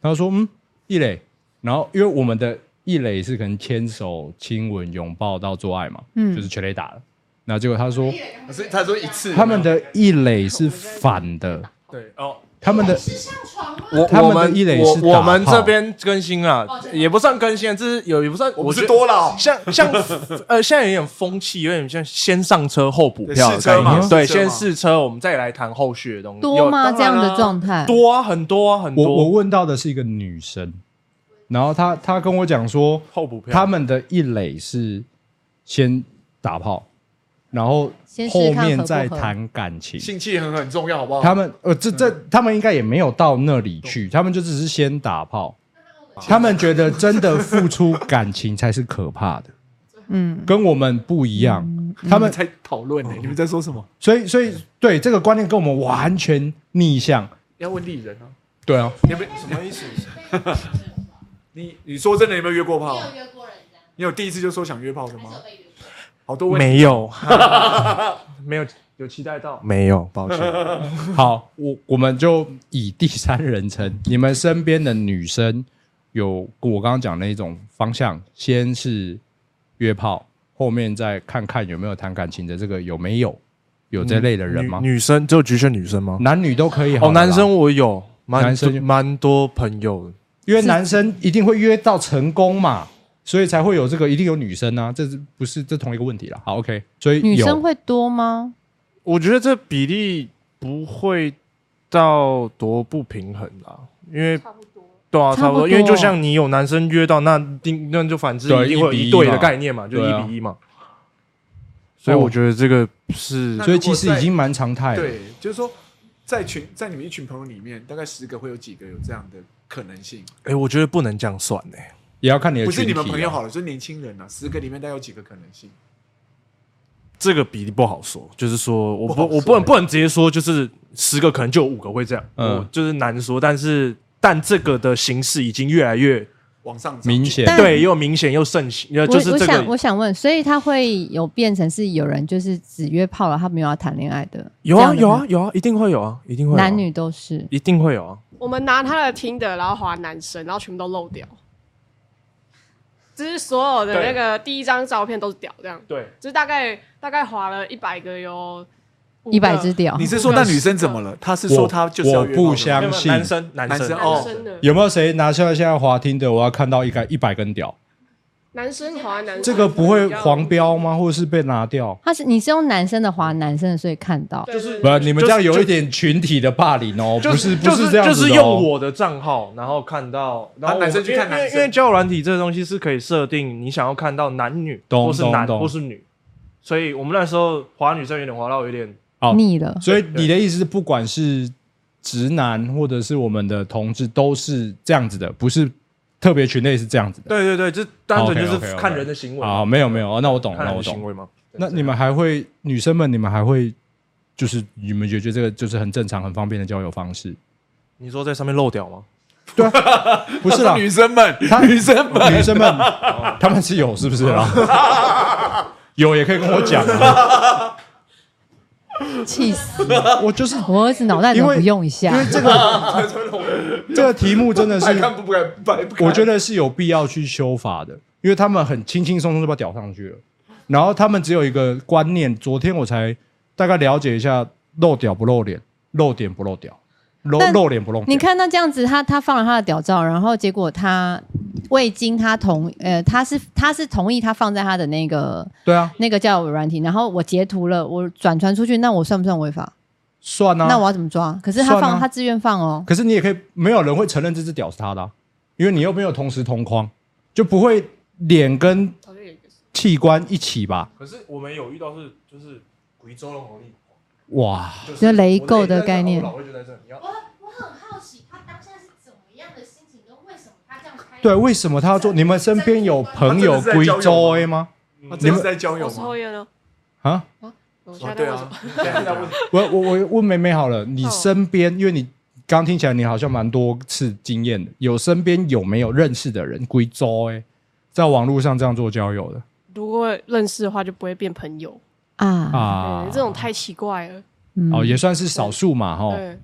Speaker 5: 他说嗯，一垒，然后因为我们的一垒是可能牵手、亲吻、拥抱到做爱嘛，
Speaker 4: 嗯
Speaker 5: 就是全垒打了。那结果他说，
Speaker 3: 是他说一次
Speaker 5: 他们的一垒是反的，
Speaker 1: 对，
Speaker 3: 哦，
Speaker 5: 他们的
Speaker 6: 是上床吗？
Speaker 1: 我
Speaker 5: 他们
Speaker 1: 我
Speaker 5: 的
Speaker 1: 们
Speaker 5: 一垒
Speaker 1: 我
Speaker 5: 是打
Speaker 1: 我们
Speaker 5: 炮
Speaker 1: 这边更新啊，也不算更新，这啊是有也不算，
Speaker 3: 我
Speaker 1: 觉
Speaker 3: 是
Speaker 1: 得
Speaker 3: 多了，
Speaker 1: 像像 呃，现在有点风气，有点像先上车后补票的
Speaker 3: 试车
Speaker 1: 概
Speaker 3: 嘛
Speaker 1: 念，对，
Speaker 3: 试车嘛
Speaker 1: 先试车，我们再来谈后续的东西。
Speaker 4: 多吗？
Speaker 1: 有
Speaker 4: 这样的状态，
Speaker 1: 多啊，很多啊，很
Speaker 5: 我我
Speaker 1: 多
Speaker 5: 问到的是一个女生，然后她她跟我讲说，
Speaker 1: 后补票。
Speaker 5: 他们的一垒是先打炮，然后
Speaker 4: 先试
Speaker 5: 后
Speaker 4: 试看合不
Speaker 5: 面
Speaker 4: 合
Speaker 5: 再谈感情。
Speaker 3: 性气很很重要，好不好？
Speaker 5: 他们呃，这这他们应该也没有到那里去，他们就只是先打炮。他们觉得真的付出感情才是可怕的，
Speaker 4: 嗯，
Speaker 5: 跟我们不一样。他们哦
Speaker 3: 在讨论呢，你们在说什么？
Speaker 5: 所以所以对这个观念跟我们完全逆向。
Speaker 3: 要问丽人啊，
Speaker 5: 对啊，
Speaker 3: 你们什么意思？你你说真的，你有没有约过
Speaker 6: 你
Speaker 3: 炮？
Speaker 6: 有约过人家？
Speaker 3: 你有第一次就说想约炮的
Speaker 6: 还是有
Speaker 3: 吗？
Speaker 6: 被约过？
Speaker 3: 好多问题。
Speaker 1: 没有，没有有期待到，没有，抱歉。
Speaker 5: 好，我我们就以第三人称， 你们身边的女生有跟我刚刚讲的那种方向，先是约炮，后面再看看有没有谈感情的这个有没有有这类的人吗？
Speaker 1: 女女生只有局限女生吗？
Speaker 5: 男女都可以好
Speaker 1: 哦，
Speaker 5: 了啦
Speaker 1: 男生我有，蛮
Speaker 5: 男生
Speaker 1: 多蛮多朋友的。
Speaker 5: 因为男生一定会约到成功嘛，所以才会有这个，一定有女生啊，这是不是这同一个问题了？好，OK，所以
Speaker 4: 女
Speaker 5: 有
Speaker 4: 生会多吗？
Speaker 1: 我觉得这比例不会到多不平衡啦，因为差不多，对啊，
Speaker 4: 差
Speaker 1: 差
Speaker 4: 不
Speaker 1: 不
Speaker 4: 多
Speaker 1: 多，因为就像你有男生约到，那定那就反之
Speaker 5: 对
Speaker 1: 一定会有
Speaker 5: 一比一
Speaker 1: 一对
Speaker 5: 嘛
Speaker 1: 的概念嘛，就
Speaker 5: 对啊
Speaker 1: 一比一嘛。所以我觉得这个是
Speaker 3: 那
Speaker 5: 所以其实已经蛮常态了。
Speaker 3: 对，就是说，在群在你们一群朋友里面，大概十个会有几个有这样的可能性？
Speaker 1: 哎、我觉得不能这样算哎、
Speaker 5: 也要看你的
Speaker 3: 不是
Speaker 5: 群体
Speaker 3: 你
Speaker 5: 啊
Speaker 3: 们朋友好了，就是年轻人啊，十个里面大概有几个可能性？
Speaker 1: 这个比例不好说。就是说，我
Speaker 3: 不好
Speaker 1: 不，
Speaker 3: 说
Speaker 1: 我不能不能直接说，就是十个可能就有五个会这样，
Speaker 5: 嗯
Speaker 1: 嗯，就是难说。但是，但这个的形式已经越来越
Speaker 3: 往上涨
Speaker 5: 明显
Speaker 4: 但
Speaker 1: 对，又明显又盛行，呃，
Speaker 4: 我
Speaker 1: 就是
Speaker 4: 我
Speaker 1: 这
Speaker 4: 想我
Speaker 1: 个
Speaker 4: 想问，所以他会有变成是有人就是只约炮了，他没有要谈恋爱的？
Speaker 1: 有
Speaker 4: 这
Speaker 1: 啊
Speaker 4: 样的
Speaker 1: 有
Speaker 4: 吗
Speaker 1: 啊，有啊，一定会有啊，一定会有啊
Speaker 4: 男女都是。
Speaker 1: 一定会有啊。
Speaker 2: 我们拿他的听的，然后划男生，然后全部都漏掉，就是所有的那个第一张照片都是屌这样，
Speaker 1: 对，
Speaker 2: 就是大概大概划了一百个有五个
Speaker 4: 一百只屌
Speaker 3: 你，是说那
Speaker 2: 哦
Speaker 3: 女生怎么了？她是
Speaker 5: 我
Speaker 3: 说她就是要约炮
Speaker 5: 我不
Speaker 3: 的
Speaker 5: 相
Speaker 3: 吗
Speaker 5: 信
Speaker 1: 男生男
Speaker 3: 男生
Speaker 2: 男
Speaker 3: 哦
Speaker 2: 生的
Speaker 5: 有没有谁拿下现在滑听的？我要看到一个一百根屌，
Speaker 2: 男生划男生
Speaker 5: 这个不会黄标吗？或者是被拿掉？
Speaker 4: 他是你是用男生的划男生的，所以看到。
Speaker 2: 就是
Speaker 5: 不，你们这样有一点群体的霸凌哦，
Speaker 1: 就
Speaker 5: 不是不
Speaker 1: 就是
Speaker 5: 这样子
Speaker 1: 就是
Speaker 5: 的
Speaker 1: 用
Speaker 5: 哦。
Speaker 1: 我的账号，然后看到，然
Speaker 3: 啊
Speaker 1: 后我
Speaker 3: 男生去
Speaker 1: 因为
Speaker 3: 看男
Speaker 1: 因为
Speaker 3: 生
Speaker 1: 因为交友软体这个东西是可以设定你想要看到男女，
Speaker 5: 懂
Speaker 1: 或是男
Speaker 5: 懂懂
Speaker 1: 或是女，所以我们那时候滑女生有点滑到有点
Speaker 5: 哦
Speaker 4: 腻了，
Speaker 5: 所以你的意思是，不管是直男或者是我们的同志，都是这样子的，不是特别群类是这样子的。
Speaker 1: 对对对，就单纯就
Speaker 5: OK，OK，OK
Speaker 1: 是看人的行为，
Speaker 5: 啊，没有没有，哦那我懂，
Speaker 1: 看
Speaker 5: 那
Speaker 1: 人
Speaker 5: 我
Speaker 1: 的行
Speaker 5: 懂。
Speaker 1: 为嘛。
Speaker 5: 那你们还会女生们，你们还会就是你们觉得这个就是很正常、很方便的交友方式？
Speaker 1: 你说在上面漏掉吗？
Speaker 5: 不是啦，
Speaker 3: 女生们，
Speaker 5: 女生们，女生们，他们是有是不是啊？ 有也可以跟我讲啊，
Speaker 4: 气死！
Speaker 5: 我就是
Speaker 4: 我儿子脑袋怎么不用一下？
Speaker 5: 这个题目真的是
Speaker 3: 爱，看不敢，白不敢。
Speaker 5: 我觉得是有必要去修法的，因为他们很轻轻松松就把屌上去了，然后他们只有一个观念。昨天我才大概了解一下，露屌不露脸，露点不露屌，露
Speaker 4: 但
Speaker 5: 露脸不露屌。
Speaker 4: 你看那这样子，他他放了他的屌照，然后结果他未经他同呃，他是他是同意他放在他的那个
Speaker 5: 对啊，
Speaker 4: 那个叫软体，然后我截图了，我转传出去，那我算不算违法？
Speaker 5: 算啊，
Speaker 4: 那我要怎么抓？可是他
Speaker 5: 算
Speaker 4: 放
Speaker 5: 啊
Speaker 4: 他自愿放哦，
Speaker 5: 可是你也可以，没有人会承认这只屌是他的啊、因为你又没有同时同框，就不会脸跟
Speaker 2: 好像有一个是
Speaker 5: 器官一起吧？
Speaker 1: 可是我们有遇到是就是贵州的红利，
Speaker 5: 哇，
Speaker 4: 就雷够的概念
Speaker 1: 老魏就在这里，你要
Speaker 6: 我我很好奇，他当下是怎么样的心情，跟为什么他这样开？
Speaker 5: 对，为什么他要做？你们身边有朋友贵州 A 吗？
Speaker 3: 她啊真的是在交友
Speaker 2: 我
Speaker 3: 吗
Speaker 2: 抽？烟了，
Speaker 5: 啊，
Speaker 2: 我
Speaker 3: 哦
Speaker 2: 现
Speaker 3: 对
Speaker 2: 在为
Speaker 3: 啊
Speaker 2: 什么？，
Speaker 5: 我我我问梅梅好了，你身边，因为你刚听起来你好像蛮多次经验的，有身边有没有认识的人贵州 A 在网络上这样做交友的
Speaker 2: 如果认识的话，就不会变朋友。
Speaker 4: 啊，
Speaker 5: 啊
Speaker 2: 嗯对，？这种太奇怪了。
Speaker 4: 嗯
Speaker 5: 哦，也算是少数嘛，哈。
Speaker 2: 对，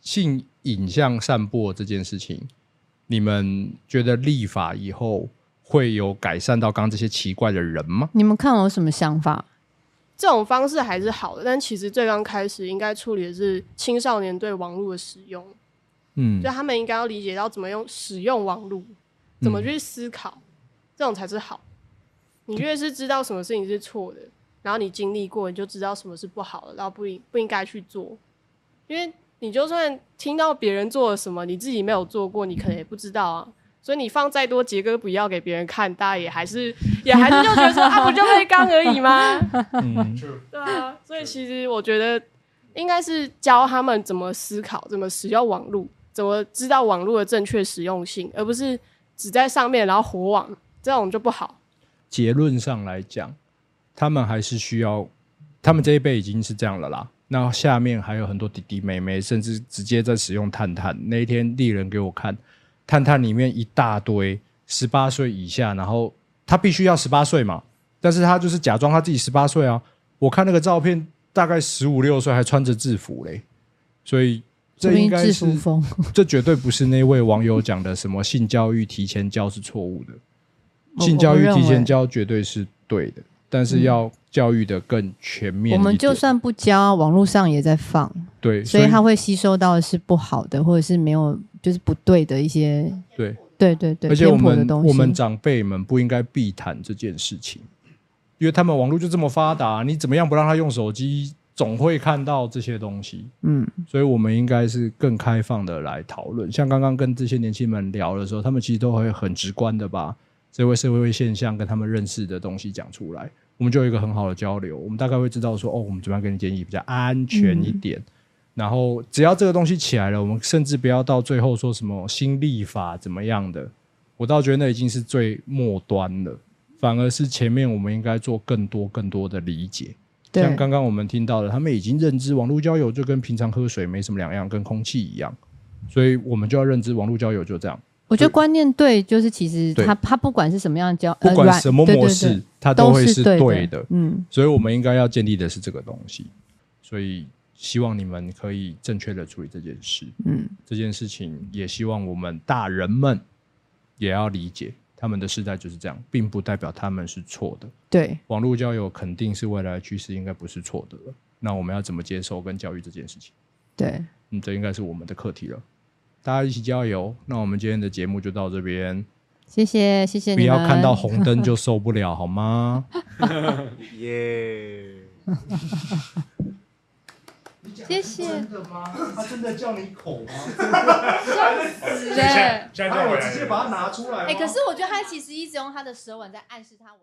Speaker 5: 性影像散播这件事情，你们觉得立法以后会有改善到刚刚这些奇怪的人吗？
Speaker 4: 你们看我有什么想法？
Speaker 2: 这种方式还是好的，但其实最刚开始应该处理的是青少年对网络的使用，
Speaker 5: 嗯
Speaker 2: 就，他们应该要理解到怎么用使用网络，怎
Speaker 5: 嗯
Speaker 2: 么去思考，这种才是好。你越是知道什么事情是错的，然后你经历过，你就知道什么是不好的，然后不应不应该去做，因为你就算听到别人做了什么，你自己没有做过，你可能也不知道啊。所以你放再多杰哥不要给别人看，大家也还是也还是就觉得说啊，不就被刚而已吗？
Speaker 5: 嗯
Speaker 2: 对啊，所以其实我觉得应该是教他们怎么思考、怎么使用网络、怎么知道网络的正确实用性，而不是只在上面然后火网，这种就不好。
Speaker 5: 结论上来讲，他们还是需要，他们这一辈已经是这样了啦。那下面还有很多弟弟妹妹，甚至直接在使用探探。那一天丽人给我看，探探里面一大堆十八岁以下，然后他必须要十八岁嘛，但是他就是假装他自己十八岁啊。我看那个照片，大概十五六岁还穿着制服嘞，所以
Speaker 4: 说
Speaker 5: 这
Speaker 4: 不
Speaker 5: 应
Speaker 4: 定
Speaker 5: 该
Speaker 4: 制
Speaker 5: 是
Speaker 4: 服风。
Speaker 5: 这绝对不是那位网友讲的什么性教育提前教是错误的，
Speaker 4: 我
Speaker 5: 性教
Speaker 4: 我不
Speaker 5: 育
Speaker 4: 认
Speaker 5: 提前
Speaker 4: 为
Speaker 5: 教绝对是对的，但是要教育的更全面一
Speaker 4: 嗯我
Speaker 5: 点。
Speaker 4: 们就算不教，网络上也在放，
Speaker 5: 对，
Speaker 4: 所以他会吸收到的是不好的，或者是没有就是不对的一些，
Speaker 5: 对，
Speaker 4: 对对对，
Speaker 5: 而且我
Speaker 4: 偏颇的
Speaker 5: 们
Speaker 4: 东西。
Speaker 5: 我们长辈们不应该避谈这件事情，因为他们网络就这么发达，你怎么样不让他用手机，总会看到这些东西。
Speaker 4: 嗯，
Speaker 5: 所以我们应该是更开放的来讨论。像刚刚跟这些年轻人聊的时候，他们其实都会很直观的把这位社会现象跟他们认识的东西讲出来，我们就有一个很好的交流。我们大概会知道说，哦，我们怎么样给你建议比较安全一点。然后只要这个东西起来了，我们甚至不要到最后说什么新立法怎么样的，我倒觉得那已经是最末端了。反而是前面我们应该做更多更多的理解，像
Speaker 4: 对，
Speaker 5: 刚刚我们听到的，他们已经认知网络交友就跟平常喝水没什么两样，跟空气一样，所以我们就要认知网络交友就这样，
Speaker 4: 我觉得观念对，就是其实
Speaker 5: 对
Speaker 4: 他他不管是什么样的教，
Speaker 5: 不
Speaker 4: 呃
Speaker 5: 管
Speaker 4: 软
Speaker 5: 什么
Speaker 4: 对对
Speaker 5: 模
Speaker 4: 对
Speaker 5: 式，它
Speaker 4: 都
Speaker 5: 会是
Speaker 4: 对
Speaker 5: 对的。
Speaker 4: 嗯，
Speaker 5: 所以我们应该要建立的是这个东西，所以希望你们可以正确的处理这件事。
Speaker 4: 嗯，
Speaker 5: 这件事情也希望我们大人们也要理解，他们的世代就是这样，并不代表他们是错的。
Speaker 4: 对，
Speaker 5: 网络交友肯定是未来的趋势，应该不是错的了。那我们要怎么接受跟教育这件事情？
Speaker 4: 对，
Speaker 5: 嗯，这应该是我们的课题了。大家一起加油！那我们今天的节目就到这边，
Speaker 4: 谢谢谢谢
Speaker 5: 不
Speaker 4: 你
Speaker 5: 要
Speaker 4: 们。
Speaker 5: 看到红灯就受不了，好吗？
Speaker 1: 耶！
Speaker 4: 谢谢，
Speaker 5: 他真的叫你口吗？
Speaker 4: 对。
Speaker 5: 啊
Speaker 1: 现在再回来。
Speaker 5: 把它拿出来
Speaker 1: 啊
Speaker 4: 哎、可是我觉得他其实一直用他的舌吻在暗示他玩。